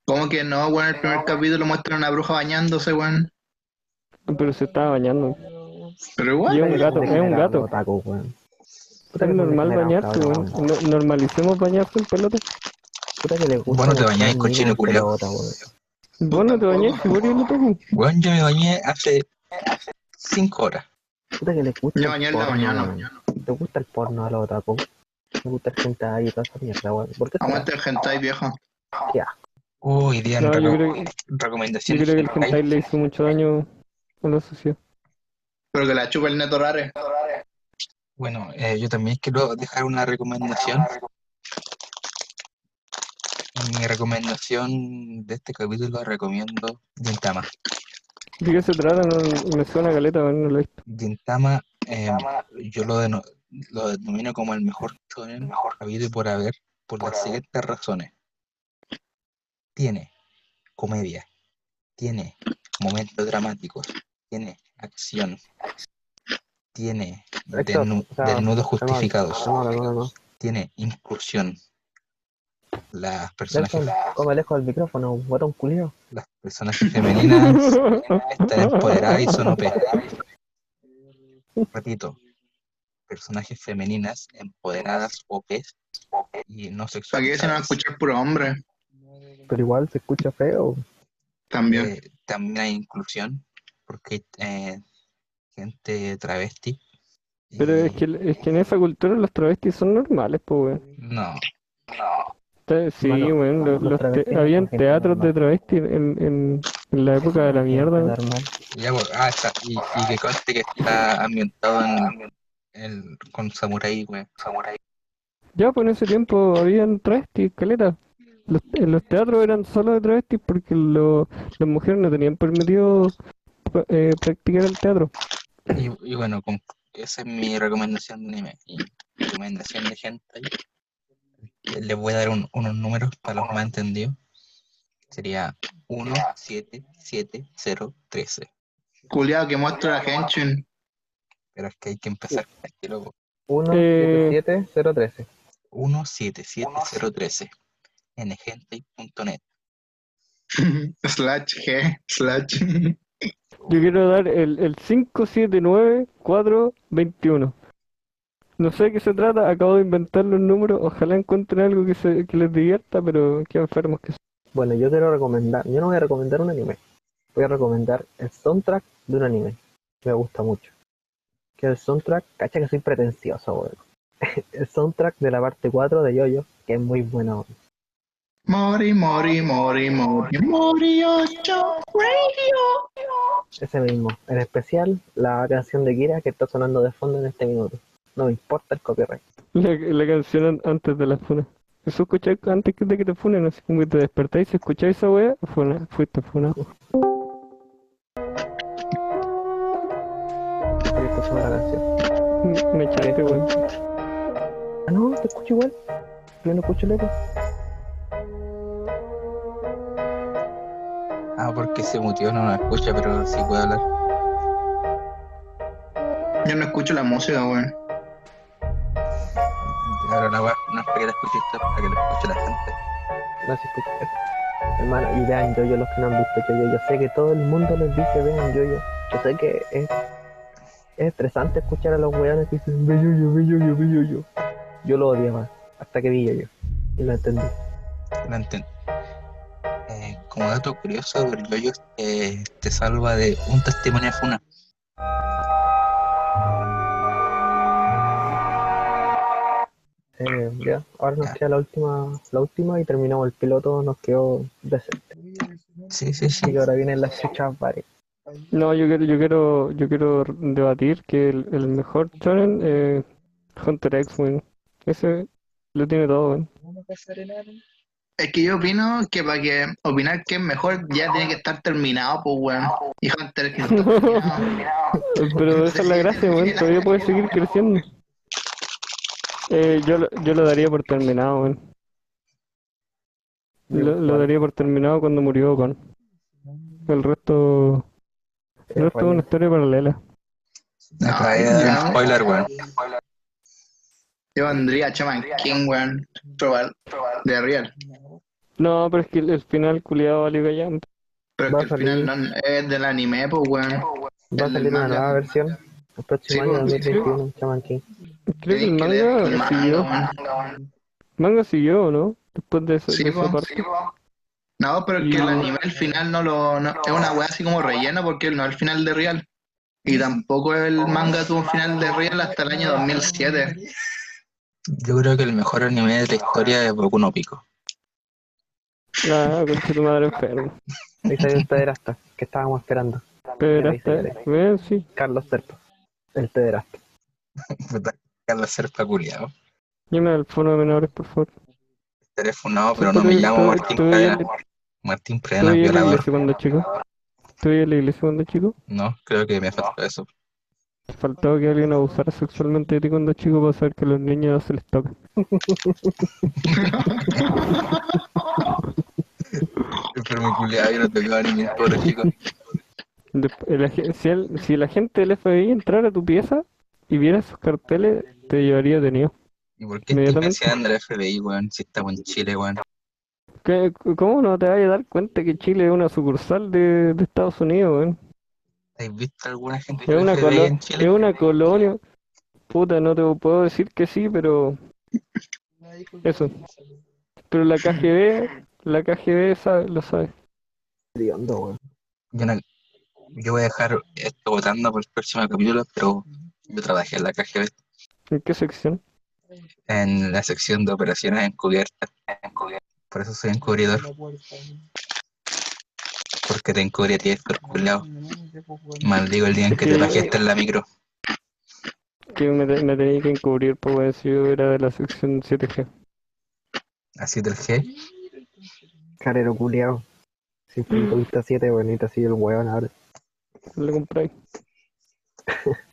Speaker 4: ¿Cómo que no, weón? El primer capítulo muestra una bruja bañándose, weón.
Speaker 1: Pero se estaba bañando.
Speaker 4: Pero
Speaker 1: Y
Speaker 4: igual,
Speaker 1: un gato, es un gato.
Speaker 2: Otaku, weón. Puta
Speaker 1: Es
Speaker 2: que son
Speaker 1: normal
Speaker 2: degenerados,
Speaker 1: bañarse,
Speaker 2: cabrón,
Speaker 1: weón. No- normalicemos bañarse en pelota.
Speaker 2: Puta que les gusta
Speaker 3: Bueno, te
Speaker 2: mostrar
Speaker 3: bañáis,
Speaker 2: niños
Speaker 3: cochino
Speaker 2: en
Speaker 3: culiao.
Speaker 2: pelota, weón.
Speaker 1: Vos no te bañás, si vos eres el toco.
Speaker 3: bueno, yo me bañé hace cinco horas.
Speaker 2: Puta que les gusta
Speaker 4: yo
Speaker 2: el
Speaker 4: bañé en la
Speaker 2: porno,
Speaker 4: mañana.
Speaker 2: weón. ¿Te gusta el porno a los otaku? ¿Te gusta el hentai y toda esa mierda, weón? ¿Por qué
Speaker 4: Aguanta el hentai, viejo.
Speaker 3: Uy, día
Speaker 1: No,
Speaker 3: en
Speaker 1: yo
Speaker 3: reco-
Speaker 1: creo, yo
Speaker 3: recomendaciones.
Speaker 1: creo que el
Speaker 3: hentai.
Speaker 1: hentai le hizo mucho daño a la sociedad.
Speaker 4: Pero que la chupa el neto rare.
Speaker 3: Bueno, eh, yo también quiero dejar una recomendación. Y mi recomendación de este capítulo recomiendo Gintama.
Speaker 1: ¿De qué se trata? No, me suena caleta, weón, no lo he visto.
Speaker 3: Gintama, eh, yo lo, deno- lo denomino como el mejor shonen habido y por haber, por las siguientes razones. Tiene comedia, tiene momentos dramáticos, tiene acción, tiene
Speaker 2: Héctor,
Speaker 3: desnu-
Speaker 2: o sea,
Speaker 3: desnudos
Speaker 2: Calma,
Speaker 3: justificados,
Speaker 2: No, no, no, no.
Speaker 3: tiene inclusión. Las personajes,
Speaker 2: Nelson, come lejos del micrófono, botón culio.
Speaker 3: las personajes femeninas están empoderadas y son OP. Repito, personajes femeninas empoderadas, OP y no
Speaker 4: Para que se van a
Speaker 3: sexualizadas. Eh,
Speaker 4: escuchar puro hombre.
Speaker 2: Pero igual se escucha feo.
Speaker 4: También.
Speaker 3: Eh, también hay inclusión, porque eh, gente travesti. y-
Speaker 1: Pero es que, es que en esa cultura los travestis son normales, pues, weón.
Speaker 3: No,
Speaker 1: Te- Sí,
Speaker 2: Mano,
Speaker 1: weón, los,
Speaker 2: los
Speaker 1: los te-
Speaker 2: travestis
Speaker 1: habían
Speaker 2: son gente
Speaker 1: teatros de
Speaker 2: normal.
Speaker 1: travestis en, en, en la época de la mierda, weón.
Speaker 2: Normal.
Speaker 3: ya, bueno, ah, está, y, y que conste que está ambientado en, el- con Samurai, güey.
Speaker 1: Ya, pues en ese tiempo habían travestis, caleta. Los, en los teatros eran solo de travestis porque lo- las mujeres no tenían permitido eh, practicar el teatro.
Speaker 3: Y, y bueno, con- esa es mi recomendación de anime. Y recomendación de gente. Les voy a dar un- unos números para los más entendidos. Sería 1, 7, 7, 0, 13.
Speaker 4: Culeado que muestra la Henshin.
Speaker 3: Pero es que hay que empezar con este logo.
Speaker 2: 1
Speaker 1: Eh,
Speaker 2: 7 0 13.
Speaker 3: 177013 en gente.net.
Speaker 4: slash G. Slash.
Speaker 1: Yo quiero dar el, el 579421. No sé de qué se trata, acabo de inventar los números. Ojalá encuentren algo que, se, que les divierta, pero qué enfermos que son.
Speaker 2: Bueno, yo quiero recomendar, yo no voy a recomendar un anime. Voy a recomendar el soundtrack de un anime. Me gusta mucho. Que el soundtrack, cacha que soy pretencioso, weón. el soundtrack de la parte 4 de Yoyo, que es muy bueno. weón.
Speaker 4: Mori, mori, mori, mori. Mori, ocho. Radio.
Speaker 2: Ese mismo. En especial la canción de Kira que está sonando de fondo en este minuto. No me importa el copyright.
Speaker 1: La, la canción an- antes de la funa. Eso escuché antes que- de que te funen, así como que te despertáis y escucháis esa wea, funa, fuiste funado.
Speaker 2: Porque esto próxima la canción.
Speaker 1: Me echaste, weón.
Speaker 2: Ah, no, te escucho igual. Yo no escucho el eco.
Speaker 3: Ah, porque se mutió, no nos escucha, pero sí puede hablar.
Speaker 4: Yo no escucho la música, weón.
Speaker 3: Ahora la weá, no es para que la escuche esto, es para que la escuche la gente.
Speaker 2: No se escucha. Hermano, y vean yo, yo los que no han visto yo, yo, yo sé que todo el mundo les dice, vean yo, yo. Yo sé que es, es estresante escuchar a los weones que dicen, ve yo, yo, ve yo, yo, ve yo, yo. Yo lo odiaba, hasta que vi yo, yo. Y lo entendí.
Speaker 3: No entiendo. Eh, como dato curioso, el yoyo eh, te salva de un testimonio de Funa.
Speaker 2: Eh, ya, ahora nos
Speaker 3: Ya.
Speaker 2: queda la última, la última y terminamos el piloto, nos quedó decente.
Speaker 3: Sí, sí,
Speaker 2: Así
Speaker 3: sí.
Speaker 2: que ahora vienen las chuchas varias.
Speaker 1: No, yo quiero, yo quiero, yo quiero debatir que el, el mejor shonen eh, Hunter X, weón. Ese lo tiene todo, weón.
Speaker 4: Es que yo opino que para que opinar que es mejor ya tiene que estar terminado, pues weón. Y Hunter que está terminado.
Speaker 1: Pero esa es la gracia, weón. Todavía puede seguir creciendo. Eh, yo, lo- yo lo daría por terminado, weón. Lo, lo daría por terminado cuando murió con el resto. El resto es una historia paralela.
Speaker 3: No,
Speaker 4: No,
Speaker 3: traía
Speaker 4: ya.
Speaker 3: spoiler, weón.
Speaker 4: Yo andría Chaman King, weón. Probar, de real.
Speaker 1: No, pero es que el, el final culiado valió callampa.
Speaker 4: Pero
Speaker 2: Va
Speaker 4: es
Speaker 2: a
Speaker 4: que al final no- es del anime, pues weón.
Speaker 2: Va a salir una nueva versión el
Speaker 4: Sí,
Speaker 2: próximo año
Speaker 4: bueno,
Speaker 2: 2021, Shaman King.
Speaker 1: Creo que el
Speaker 4: Tenéis que leer
Speaker 1: manga
Speaker 4: el manga,
Speaker 1: siguió.
Speaker 4: weón.
Speaker 1: Manga siguió, ¿no? Después de, esa-
Speaker 4: Sí,
Speaker 1: de esa
Speaker 4: po,
Speaker 1: parte.
Speaker 4: sí, po. No, pero es que el
Speaker 1: No.
Speaker 4: anime al final no lo. no- es una weá así como rellena porque no es el final de real. Y tampoco el manga tuvo un final de real hasta el año 2007.
Speaker 3: Yo creo que el mejor anime de la historia es Boku no Pico.
Speaker 1: Ah, concha tu madre enfermo.
Speaker 2: Ahí salió el pederasta, que estábamos esperando.
Speaker 1: Pero
Speaker 2: Ahí
Speaker 1: hasta,
Speaker 2: salió,
Speaker 1: ven, sí.
Speaker 2: Carlos Serpa, el pederasta.
Speaker 3: Puta, Carlos Serpa culiao.
Speaker 1: Dime al fono de menores, por favor.
Speaker 3: Estaré funado, pero no me
Speaker 1: Estoy-
Speaker 3: llamo
Speaker 1: estoy-
Speaker 3: Martín
Speaker 1: estoy-
Speaker 3: Cadena. Martín
Speaker 1: Estuve
Speaker 3: Cadena,
Speaker 1: en la
Speaker 3: violador.
Speaker 1: iglesia cuando chico. Estuve en la iglesia cuando chico.
Speaker 3: No, creo que me faltó eso.
Speaker 1: Faltaba que alguien abusara sexualmente de ti cuando chico para saber que a los niños no se les toca.
Speaker 3: Pero me culiao, yo no te veo ni bien, pobre chico.
Speaker 1: Desp- el agen- si, el- si la gente del FBI entrara a tu pieza y viera esos carteles, te llevaría detenido.
Speaker 3: ¿Y por qué estoy
Speaker 1: Inmediatamente.
Speaker 3: mencionando la FBI, weón? Si estamos en Chile, weón.
Speaker 1: ¿Qué- ¿Cómo no te vayas a dar cuenta que Chile es una sucursal de, de Estados Unidos, weón?
Speaker 3: ¿Has visto alguna gente
Speaker 1: Es
Speaker 3: del
Speaker 1: una,
Speaker 3: FBI
Speaker 1: colo-
Speaker 3: en
Speaker 1: es
Speaker 3: Chile?
Speaker 1: una colonia. Puta, no te puedo decir que sí, pero. Eso. Pero la KGB, la KGB sabe- lo sabe.
Speaker 2: Hediondo, weón.
Speaker 3: Yo, no- yo voy a dejar esto votando por el próximo capítulo, pero yo trabajé en la KGB
Speaker 1: ¿En qué sección?
Speaker 3: en la sección de operaciones encubiertas. Por eso soy encubridor. Porque te encubrí a ti, Héctor, culiao. Maldigo el día en que te trajiste en la micro.
Speaker 1: Que me, te- me tenía que encubrir, pues, weón, si yo era de la sección 7G.
Speaker 3: Así del G.
Speaker 2: Carero culiao. Si tuviste siete, weón, y te sigue el weón ahora.
Speaker 1: Lo compré ahí.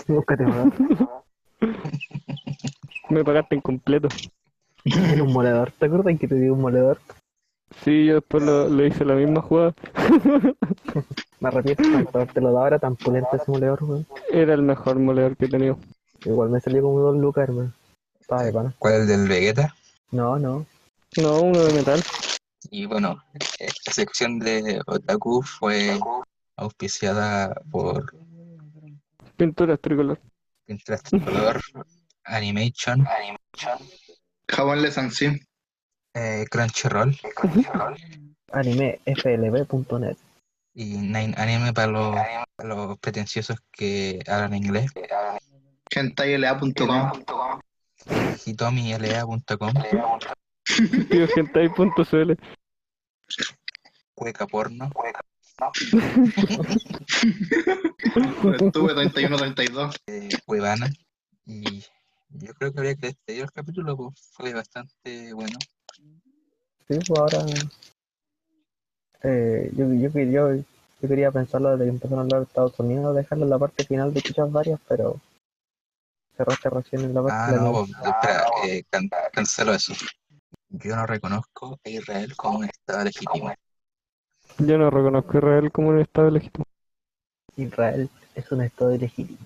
Speaker 2: Nunca te va a dar
Speaker 1: Me pagaste incompleto.
Speaker 2: Era un moledor. ¿Te acuerdas que te di un moledor?
Speaker 1: Sí, yo después lo, lo hice la misma jugada.
Speaker 2: Me arrepiento tanto haberte lo dado, era tan pulente ese moledor, weón.
Speaker 1: Era el mejor moledor que he tenido.
Speaker 2: Igual me salió como dos lucas, hermano. Estaba de pana.
Speaker 3: ¿Cuál es el del Vegeta?
Speaker 2: No, no.
Speaker 1: No, uno de metal.
Speaker 3: Y bueno, eh, la sección de Otaku fue auspiciada por
Speaker 1: Pinturas tricolor.
Speaker 3: Pinterest Color, Animation,
Speaker 4: Jabón Le Sansi.
Speaker 3: eh, Crunchyroll
Speaker 2: AnimeFLB.net.
Speaker 3: y Nine Anime para los, para los pretenciosos que hablan inglés.
Speaker 4: Gentayla.com.
Speaker 3: Hitomila.com,
Speaker 1: Tío, hentai.cl.
Speaker 3: Cueca Porno,
Speaker 4: Estuve 31-32.
Speaker 3: eh, Cuevana. Y yo creo que habría que despedir el capítulo, pues fue bastante bueno.
Speaker 2: Sí, pues ahora. Eh, yo, yo, yo, yo quería pensarlo desde que empezaron a hablar de Estados Unidos, dejarlo en la parte final de Chuchas Varias, pero cerraste recién en la
Speaker 3: Ah,
Speaker 2: la-
Speaker 3: no, espera, eh, can- cancelo eso. Yo no reconozco a Israel como un Estado legítimo.
Speaker 1: Yo no reconozco a Israel como un Estado legítimo.
Speaker 2: Israel es un estado ilegítimo.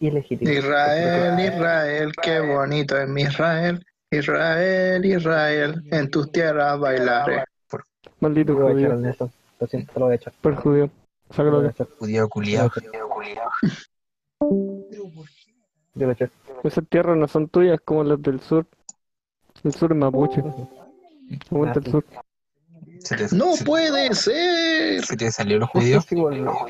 Speaker 2: Ilegítimo.
Speaker 4: Israel, Israel, qué bonito es mi Israel. Israel, Israel, en tus tierras bailaré.
Speaker 1: Maldito
Speaker 2: Lo voy a echar
Speaker 1: judío,
Speaker 2: al Nelson. Lo siento, lo voy a echar.
Speaker 1: por judío.
Speaker 2: Lo
Speaker 1: Sácalo
Speaker 2: voy a
Speaker 1: de
Speaker 2: echar.
Speaker 3: Judío culiado.
Speaker 2: Yo lo eché.
Speaker 1: Esas tierras no son tuyas como las del sur. El sur es mapuche.
Speaker 2: Oh.
Speaker 1: Aguanta el
Speaker 2: Ah,
Speaker 1: sur.
Speaker 3: ¿Se te,
Speaker 4: No
Speaker 3: se-
Speaker 4: puede ser.
Speaker 3: se te salió los judíos?
Speaker 2: Sí, boludo.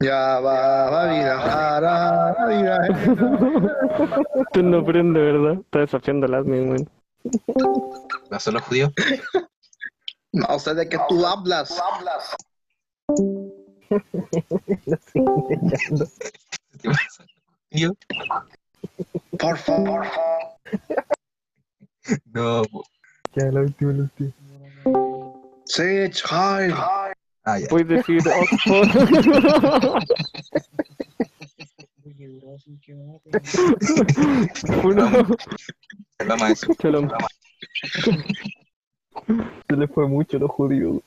Speaker 4: Ya va, va, vida, ra, ra, ra, vida.
Speaker 1: Usted no aprende, ¿verdad? Está desafiando al admin, weón.
Speaker 3: ¿Pasó los judíos?
Speaker 4: No sé de qué tú hablas.
Speaker 2: Lo sigo echando.
Speaker 3: ¿Qué pasa? ¿Judío?
Speaker 4: Por favor.
Speaker 3: No, po.
Speaker 2: Ya, la última, la última.
Speaker 4: Sí, child.
Speaker 3: Ah, ya.
Speaker 1: Voy a decir "Oh, Oxford. Uno.
Speaker 3: Vamos a eso.
Speaker 1: Shalom.
Speaker 2: Se le fue mucho a los judíos.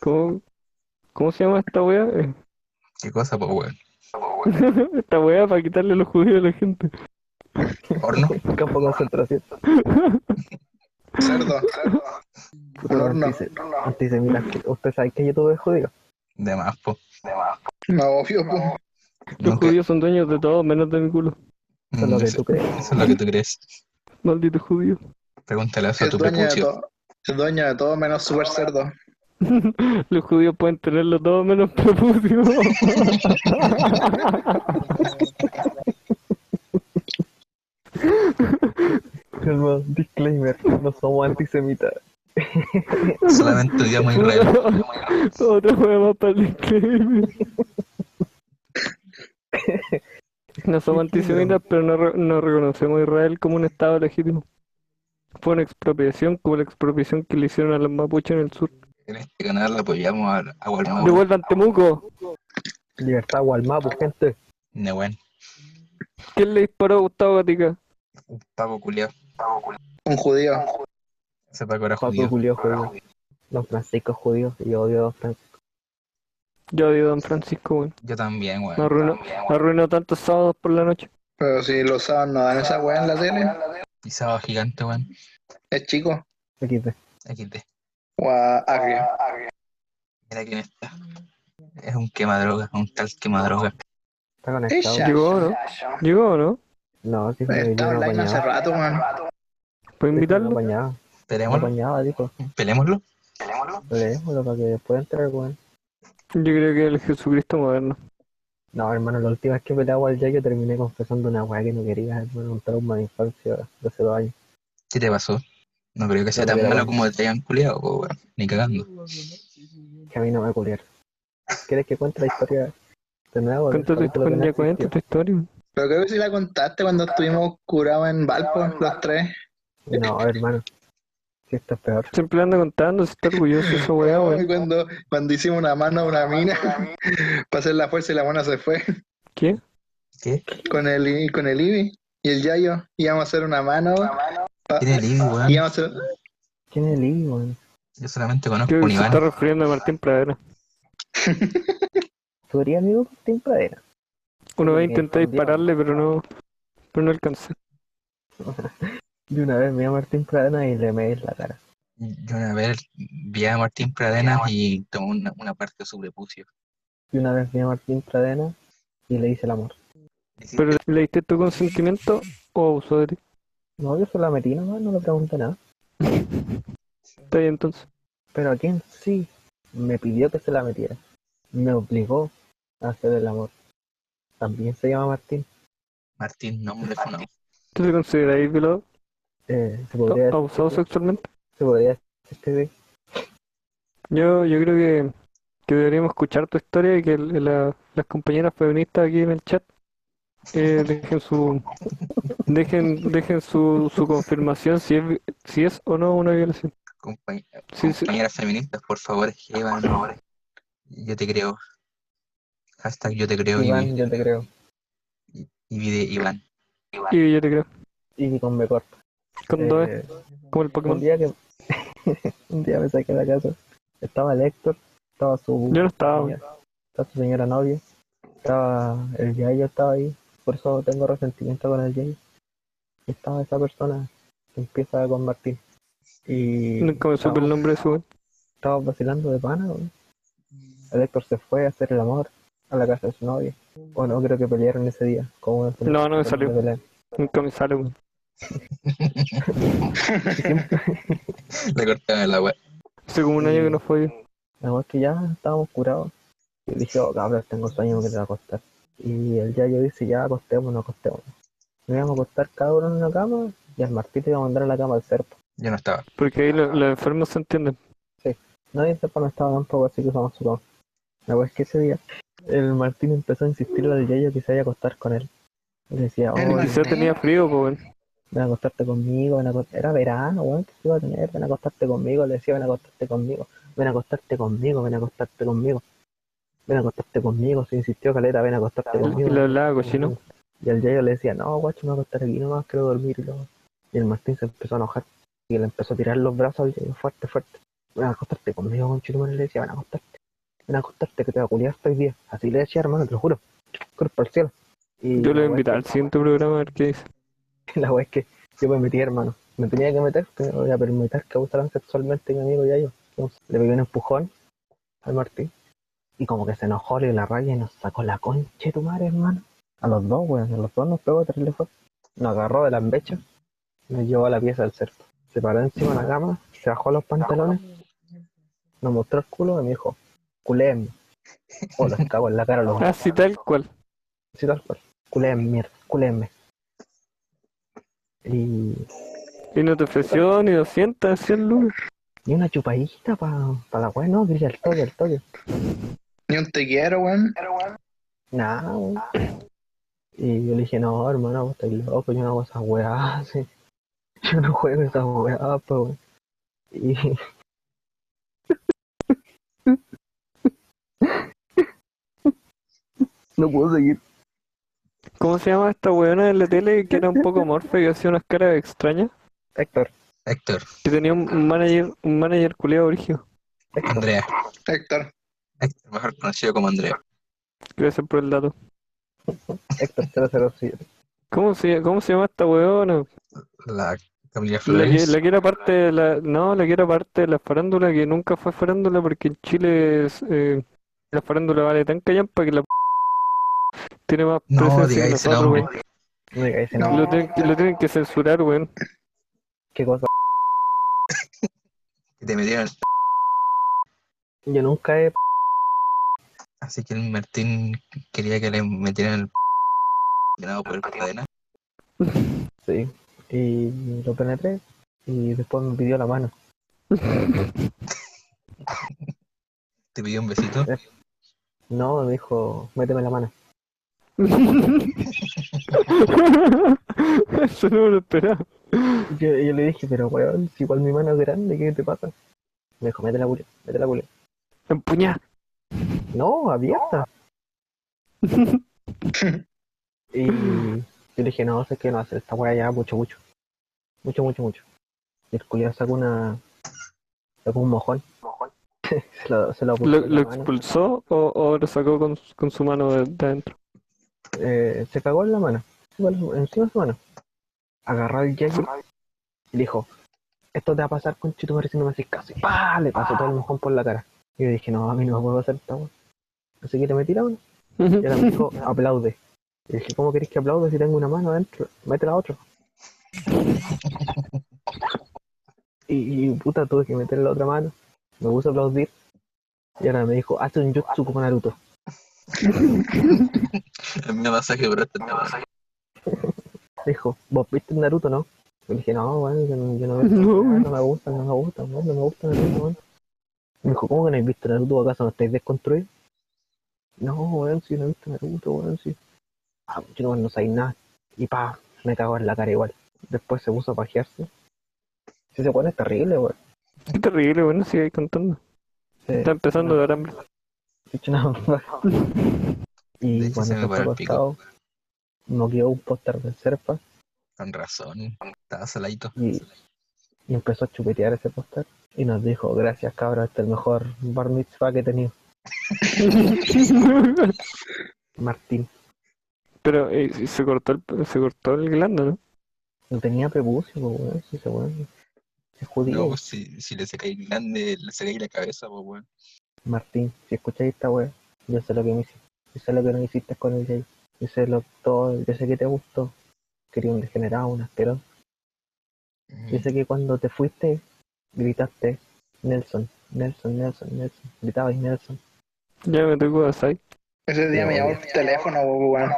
Speaker 1: ¿Cómo, ¿Cómo se llama esta weá? Eh,
Speaker 3: ¿Qué cosa, po, weón?
Speaker 1: Esta weá para quitarle los judíos a la gente.
Speaker 3: ¿Horno?
Speaker 2: Campo de concentración.
Speaker 4: Cerdo. Un horno.
Speaker 2: Antisem- antisemitas. Usted sabe que yo tuve judío.
Speaker 3: De más, po.
Speaker 4: No, obvio, po.
Speaker 1: Los
Speaker 3: Nunca-
Speaker 1: judíos son dueños de todo, menos de mi culo.
Speaker 2: Eso es lo
Speaker 3: Mm,
Speaker 2: que
Speaker 3: eso,
Speaker 2: tú crees.
Speaker 3: eso es lo que tú crees.
Speaker 1: Maldito judío.
Speaker 3: Pregúntale eso a
Speaker 4: Es
Speaker 3: tu
Speaker 4: dueño de
Speaker 3: prepucio.
Speaker 4: todo. Es dueño de todo menos super cerdo.
Speaker 1: Los judíos pueden tenerlo todo menos prepucio.
Speaker 2: Calma, disclaimer. No somos antisemitas.
Speaker 3: Solamente odiamos a Israel.
Speaker 1: Otra weá más para el disclaimer. No somos antisemitas, pero no, re- no reconocemos a Israel como un Estado legítimo. Fue una expropiación como la expropiación que le hicieron a los mapuches en el sur.
Speaker 3: En este canal apoyamos a, a Walmart.
Speaker 1: Devuelvan Temuco.
Speaker 2: Libertad, Gualmapu, gente.
Speaker 3: Nehuen.
Speaker 1: ¿Quién le disparó a Gustavo Gatica?
Speaker 3: Un Paco culiao.
Speaker 4: Un judío.
Speaker 3: Ese Paco era
Speaker 2: Paco
Speaker 3: judío.
Speaker 2: Julio judío. Don Francisco es judío. Y yo odio a Don Francisco.
Speaker 1: Yo odio a Don Francisco, weón.
Speaker 3: Yo también,
Speaker 1: Me
Speaker 3: weón.
Speaker 1: arruinó, me arruinó tantos sábados por la noche.
Speaker 4: Pero si los sábados no dan esa weá en la tele,
Speaker 3: Pisado gigante, weón.
Speaker 4: es chico.
Speaker 2: Aquí te.
Speaker 3: XD.
Speaker 4: Guau, agrio.
Speaker 3: Mira quién está. Es un quemadroga, un tal quemadroga.
Speaker 2: Está conectado.
Speaker 4: Ella.
Speaker 1: Llegó, ¿no? Llegó, ¿no?
Speaker 2: Eh, No, que se
Speaker 4: Está
Speaker 2: vino
Speaker 4: online hace
Speaker 2: apañado.
Speaker 4: rato, man.
Speaker 1: ¿Puedo
Speaker 2: Lo
Speaker 1: invitarlo?
Speaker 2: apañaba, lo
Speaker 3: Peleémoslo,
Speaker 2: apañaba, dijo.
Speaker 3: peleémoslo.
Speaker 2: Leémoslo para que después entre, weón.
Speaker 1: Yo creo que es el Jesucristo moderno.
Speaker 2: No, hermano, la última vez que peleaba al Jack, yo terminé confesando una weá que no quería, hermano, un trauma de infancia de hace dos años.
Speaker 3: ¿Qué te pasó? No creo que sea
Speaker 2: No,
Speaker 3: tan
Speaker 2: pero-
Speaker 3: malo como te hayan culiado, po, weón. Ni cagando.
Speaker 2: Que a mí no me culiaron. ¿Quieres que cuente la historia de nuevo?
Speaker 1: Cuenta tu
Speaker 2: Del capítulo que no
Speaker 1: historia, cuenta
Speaker 2: existió.
Speaker 1: tu historia. weón.
Speaker 4: Pero creo que si la contaste cuando estuvimos curados en Valpo, los tres.
Speaker 2: No, hermano. Si esto es peor.
Speaker 1: Siempre anda contando, si está orgulloso de esa weá,
Speaker 4: Y
Speaker 1: weón.
Speaker 4: Cuando, cuando hicimos una mano a una mina, para hacer la fuerza y la mano se fue.
Speaker 1: ¿Qué?
Speaker 3: ¿Qué?
Speaker 4: Con el, con el Ibi y el Yayo. Íbamos a hacer una mano.
Speaker 3: Tiene el Ibi, weón.
Speaker 4: Íbamos a hacer...
Speaker 2: ¿Quién es el hijo, weón?
Speaker 3: Yo solamente conozco
Speaker 1: Creo
Speaker 3: un
Speaker 1: que se
Speaker 3: Iván.
Speaker 1: está refiriendo a Martín Pradera.
Speaker 2: ¿Tú eres amigo de Martín Pradera?
Speaker 1: Una vez
Speaker 2: Bien,
Speaker 1: intenté
Speaker 2: bien.
Speaker 1: dispararle, pero no, pero no alcancé.
Speaker 2: De una vez me a Martín Pradera y le meé en la cara.
Speaker 3: Yo una vez vi a Martín Pradenas y tomó una, una parte de su prepucio.
Speaker 2: Y una vez me a Martín Pradera y le hice el amor.
Speaker 1: ¿Pero le diste tu consentimiento o abusó de ti?
Speaker 2: No, yo solo la metí nomás, no le pregunté nada.
Speaker 1: Está bien, entonces.
Speaker 2: Pero a quien sí me pidió que se la metiera. Me obligó a hacer el amor. También se llama Martín.
Speaker 3: Martín, nombre funado.
Speaker 1: ¿Tú te consideráis violado?
Speaker 2: Eh, se,
Speaker 1: o-
Speaker 2: podría,
Speaker 1: ¿Abusado sexualmente?
Speaker 2: se podría decir que sí.
Speaker 1: Yo, yo creo que, que deberíamos escuchar tu historia y que el- la- las compañeras feministas aquí en el chat eh, dejen su dejen dejen su, su confirmación si es, vi- si es o no una violación.
Speaker 3: Compañ-
Speaker 1: Sí, sí.
Speaker 3: compañeras feministas, por favor, escriban. Yo te creo. Hashtag yo te creo y,
Speaker 2: Iván, yo te creo.
Speaker 3: y vide Iván.
Speaker 1: Y yo te creo.
Speaker 2: Y con B corta.
Speaker 1: Con dos
Speaker 2: Eh,
Speaker 1: E, como el
Speaker 2: un
Speaker 1: Pokémon.
Speaker 2: día que un día me saqué de la casa. Estaba el Héctor, estaba su
Speaker 1: Yo no estaba.
Speaker 2: señora- estaba su señora novia, estaba el Yayo estaba ahí, por eso tengo resentimiento con el Yayo. Y estaba esa persona que empieza con Martín. Y
Speaker 1: Nunca me supe el nombre de su weón.
Speaker 2: estaba vacilando de pana, weón. El Héctor se fue a hacer el amor a la casa de su novia. O no, creo que pelearon ese día. Como una
Speaker 1: No, no me
Speaker 2: pelea.
Speaker 1: salió. Nunca me sale, weón.
Speaker 3: Le cortaba el agua.
Speaker 1: Hace como un año que no fue.
Speaker 2: La verdad es que ya estábamos curados. Y dije, oh cabrón, tengo sueño me quiero acostar. Y el Yayo dice, ya acostémonos, acostémonos. Nos íbamos a acostar cada uno en una cama y al Martín le iba a mandar a la cama al Serpa.
Speaker 3: Yo no estaba.
Speaker 1: Porque ahí lo- los enfermos se entienden.
Speaker 2: No, y el Serpa no estaba tampoco, así que usamos su cama. La verdad es que ese día el Martín empezó a insistirle al Yayo que se vaya a acostar con él. Y le decía, oh,
Speaker 4: El
Speaker 2: ven
Speaker 4: Martín.
Speaker 1: Quizás tenía frío, pues, po, weón.
Speaker 2: a acostarte conmigo, ven a acost- era verano, weón, que se iba a tener, ven a acostarte conmigo, le decía, ven a acostarte conmigo, ven a acostarte conmigo, ven a acostarte conmigo. Ven a acostarte conmigo, se insistió Calera, ven a acostarte
Speaker 1: Y
Speaker 2: conmigo.
Speaker 1: le hablaba cochino.
Speaker 2: Y al Yayo le decía, no, guacho, me voy a acostar aquí nomás, quiero dormir. Y, luego- y el Martín se empezó a enojar y le empezó a tirar los brazos al Yayo fuerte, fuerte. Ven a acostarte conmigo, conchetumare, le decía, ven a acostarte. Ven a acostarte, que te va a culiar hoy día. Así le decía, hermano, te lo juro. Cuerpo al cielo. Y
Speaker 1: Yo lo
Speaker 2: la
Speaker 1: voy a
Speaker 2: wea
Speaker 1: invitar al siguiente programa a ver qué dice.
Speaker 2: es que- La wea es que yo me metí, hermano. Me tenía que meter, pero no voy a permitir que abusaran sexualmente a mi amigo Yayo. Entonces, le pegué un empujón al Martín. Y como que se enojó, le dio la raya y nos sacó la concha de tu madre, hermano. A los dos, weón, a los dos nos pegó terrible fuerte. Nos agarró de las mechas, nos llevó a la pieza del cerco. Se paró encima de la cama, se bajó los pantalones, nos mostró el culo y me dijo, culéenme. O los cago en la cara a los dos,
Speaker 1: Así Ah, tal cual.
Speaker 2: así tal cual. Culéenme, mierda, culéenme. Y,
Speaker 1: Y no te ofreció ni 200, 100 lucas.
Speaker 2: y una chupadita para la weá, no, grilla el toque, el toque.
Speaker 4: Ni un te quiero, weón.
Speaker 2: Nada, weón. Y yo le dije, no, hermano, vos estás loco, yo no hago esas weas, sí. Yo no juego esas weas, pues, weón. Y... No puedo seguir.
Speaker 1: ¿Cómo se llama esta weona de la tele que era un poco morfa y hacía unas caras extrañas?
Speaker 2: Héctor,
Speaker 3: Héctor,
Speaker 1: Que tenía un manager, un manager culiado origio.
Speaker 2: Héctor,
Speaker 3: Andrea.
Speaker 4: Héctor.
Speaker 3: Héctor, mejor conocido como Andrea.
Speaker 1: Gracias por el dato.
Speaker 2: Héctor 007.
Speaker 1: ¿Cómo se, cómo se llama esta weona?
Speaker 3: La Camila
Speaker 1: La que,
Speaker 3: Flores.
Speaker 1: la que era parte de la, no, la que era parte de la farándula que nunca fue farándula porque en Chile es, eh, la farándula vale tan callampa que la tiene más
Speaker 3: No,
Speaker 1: presencia que
Speaker 3: digáis ese
Speaker 1: nosotros,
Speaker 3: nombre.
Speaker 1: weón.
Speaker 2: No diga ese
Speaker 4: No.
Speaker 2: nombre.
Speaker 1: Lo tienen, que- lo tienen que censurar, weón.
Speaker 2: Qué cosa.
Speaker 3: Que te metieron.
Speaker 2: Yo nunca he...
Speaker 3: Así que el Martín quería que le metieran el. Ganado por cadena.
Speaker 2: Sí. Y lo penetré y después me pidió la mano.
Speaker 3: Te pidió un besito.
Speaker 2: No, me dijo, méteme la mano.
Speaker 1: Eso no me lo esperaba.
Speaker 2: Yo, yo le dije, pero weón, si igual mi mano es grande, ¿qué te pasa? Me dijo, mete la culia, mete la culia.
Speaker 1: Empuñá.
Speaker 2: No, abierta. Y yo le dije, no, sé que no hacer esta weá ya mucho, mucho. Mucho, mucho, mucho. Y el culiao sacó una. sacó un mojón. se lo, se lo puso
Speaker 1: ¿Lo,
Speaker 2: en la
Speaker 1: lo
Speaker 2: mano.
Speaker 1: expulsó o, o lo sacó con, con su mano de, de adentro?
Speaker 2: Eh, se cagó en la mano. Igual, Encima de su mano. Agarró el yayo y le dijo, esto te va a pasar con chito si no me haces caso. Y ¡pah! le pasó todo el mojón por la cara. Y yo dije, no, a mí no me puedo hacer esta weá. Así que le metí la mano. Y ahora me dijo, aplaude. Y dije, ¿cómo querés que aplaude si tengo una mano adentro? Métela a otro. Y, y, puta, tuve que meter la otra mano. Me puse a aplaudir. Y ahora me dijo, hazte un jutsu como Naruto.
Speaker 3: El mismo pasaje, bro. este mismo pasaje.
Speaker 2: Me dijo, ¿vos viste Naruto, no? Le dije, no, bueno, yo no, yo no veo esa
Speaker 1: No,
Speaker 2: weá,
Speaker 1: weón.
Speaker 2: no me gusta, no me gusta, weón, no me gusta Naruto, weón. Me dijo, ¿cómo que no has visto Naruto? ¿Acaso no estáis desconstruidos? No, weón, si no he visto Naruto, weón, si. Ah, yo no, no sabéis nada. Y pa, me cago en la cara igual. Después se puso a pajearse. Si se pone es terrible, weón.
Speaker 1: Qué terrible, bueno, sigue ahí contando.
Speaker 2: Se-
Speaker 1: Está empezando a dar hambre.
Speaker 2: se echó una- Y
Speaker 3: De hecho,
Speaker 2: cuando
Speaker 3: se me
Speaker 2: se fue
Speaker 3: paró el pico.
Speaker 2: acostado, no quedó un póster de Serpa
Speaker 3: Con razón, estaba saladito.
Speaker 2: y, y empezó a chupetear ese póster. Y nos dijo, gracias cabros, este es el mejor bar mitzvah que he tenido. Martín.
Speaker 1: Pero eh, se cortó el, se cortó el glande, ¿no?
Speaker 2: No tenía prepucio, po, weón, si se weón. Es judío,
Speaker 3: No, pues. si, si le sacáis grande, le sacáis la cabeza, pues weón.
Speaker 2: Martín, si escucháis esta weá, yo sé lo que me hiciste, yo sé lo que no hiciste con el Jay, yo sé lo todo, yo sé que te gustó, quería un degenerado, un asqueroso, yo sé que cuando te fuiste, gritaste Nelson, Nelson, Nelson, Nelson, gritabais Nelson,
Speaker 1: Ya me tocó Asai.
Speaker 4: Ese día me llamó el teléfono, po, weón.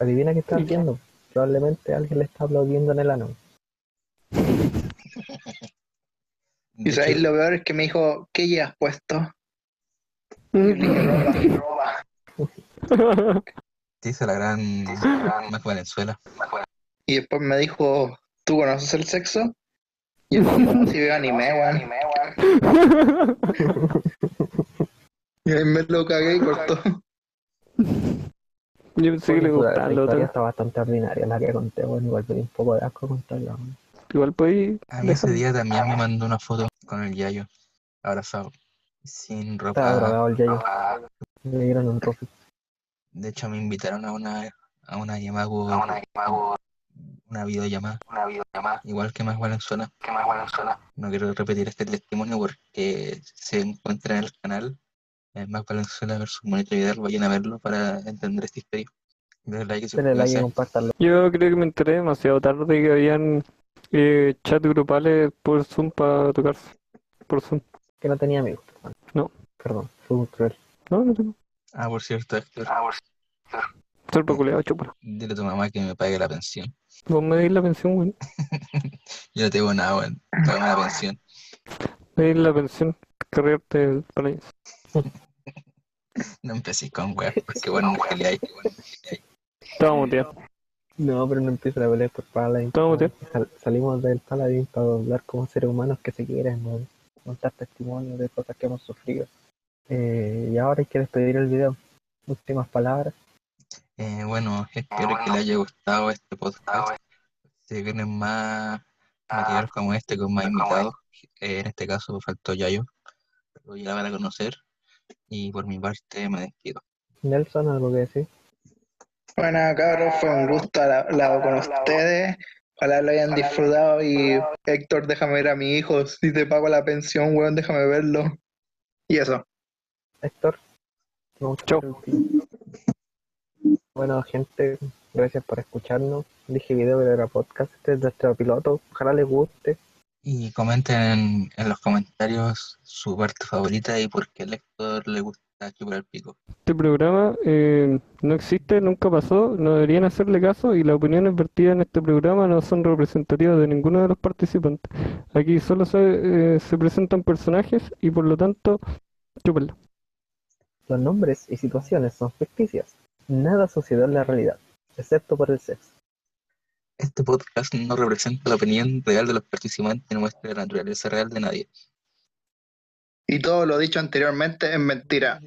Speaker 2: adivina qué estás
Speaker 1: Sí.
Speaker 2: viendo, probablemente alguien le está aplaudiendo en el ano,
Speaker 4: Y
Speaker 3: De hecho,
Speaker 4: sabéis lo peor es que me dijo, ¿qué llevas puesto? Y le dije, ropa, ropa.
Speaker 3: te hizo la gran, gran Mac Valenzuela.
Speaker 4: Y después me dijo, ¿tú conoces el sexo? Y yo, "No, si veo anime, weón. Y ahí me lo cagué y cortó.
Speaker 1: Yo pensé que le
Speaker 2: Bueno, la- la
Speaker 1: gustaban los
Speaker 2: historia
Speaker 1: otros.
Speaker 2: está bastante ordinaria la que conté, bueno, igual me dio un poco de asco contarla, weón.
Speaker 1: Igual podí.
Speaker 3: A mí ese día también me mandó una foto con el Yayo, abrazado, sin
Speaker 1: Ah.
Speaker 2: estaba
Speaker 3: ropa.
Speaker 2: drogado el Yayo, le dieron un rofi,
Speaker 3: De hecho, me invitaron a una, a una llamada, por- una videollamada, igual que Mac Valenzuela. No quiero repetir este testimonio porque se encuentra en el canal eh, Mac Valenzuela versus Monito Vidal. Vayan a verlo para entender esta historia. Denle like y
Speaker 2: denle like y
Speaker 3: suscríbanse.
Speaker 2: compartanlo,
Speaker 1: Yo creo que me enteré demasiado tarde que habían eh, chats grupales por Zoom para tocarse. Por Zoom.
Speaker 2: que no tenía amigos, perdón.
Speaker 1: No.
Speaker 2: perdón, fue un cruel.
Speaker 1: No, no tengo.
Speaker 3: Ah, por cierto, Héctor,
Speaker 1: Serpa culeado, chúpalo.
Speaker 3: dile a tu mamá que me pague la pensión.
Speaker 1: Vos me dais la pensión, weón.
Speaker 3: Yo no tengo nada, weón. Págame la pensión.
Speaker 1: Me dais la pensión. Cargarte el palaño.
Speaker 3: No empecéis con weón, porque bueno, mujer le hay.
Speaker 1: Estaba muteado.
Speaker 2: No, pero no empieza la pelea por Paladin.
Speaker 1: Todo bien.
Speaker 2: Sal- salimos del Paladin para hablar como seres humanos que se quieren, weón. contar testimonios de cosas que hemos sufrido. Eh, y ahora hay que despedir el video. Últimas palabras.
Speaker 3: Eh, bueno, espero que le haya gustado este podcast. Si vienen más material como este, con más invitados, eh, en este caso faltó Yayo, pero ya la van a conocer. Y por mi parte me despido.
Speaker 2: Nelson, algo que decir.
Speaker 4: Bueno, cabros, fue un gusto al lado con ustedes. Ojalá lo hayan disfrutado y Héctor, déjame ver a mi hijo. Si te pago la pensión, weón, déjame verlo. Y eso.
Speaker 2: Héctor. te vamos a
Speaker 1: Chao.
Speaker 2: hacer el fin. Bueno, gente, gracias por escucharnos. Dije video, pero era podcast. Este es nuestro piloto. Ojalá les guste.
Speaker 3: Y comenten en los comentarios su parte favorita y por qué al lector le gusta chupar el pico.
Speaker 1: Este programa eh, no existe, nunca pasó, no deberían hacerle caso y las opiniones vertidas en este programa no son representativas de ninguno de los participantes. Aquí solo se, eh, se presentan personajes y por lo tanto, chúpenlo.
Speaker 2: Los nombres y situaciones son ficticias. Nada sucedió en la realidad, excepto por el sexo.
Speaker 3: Este podcast no representa la opinión real de los participantes ni muestra la naturaleza real de nadie.
Speaker 4: Y todo lo dicho anteriormente es mentira.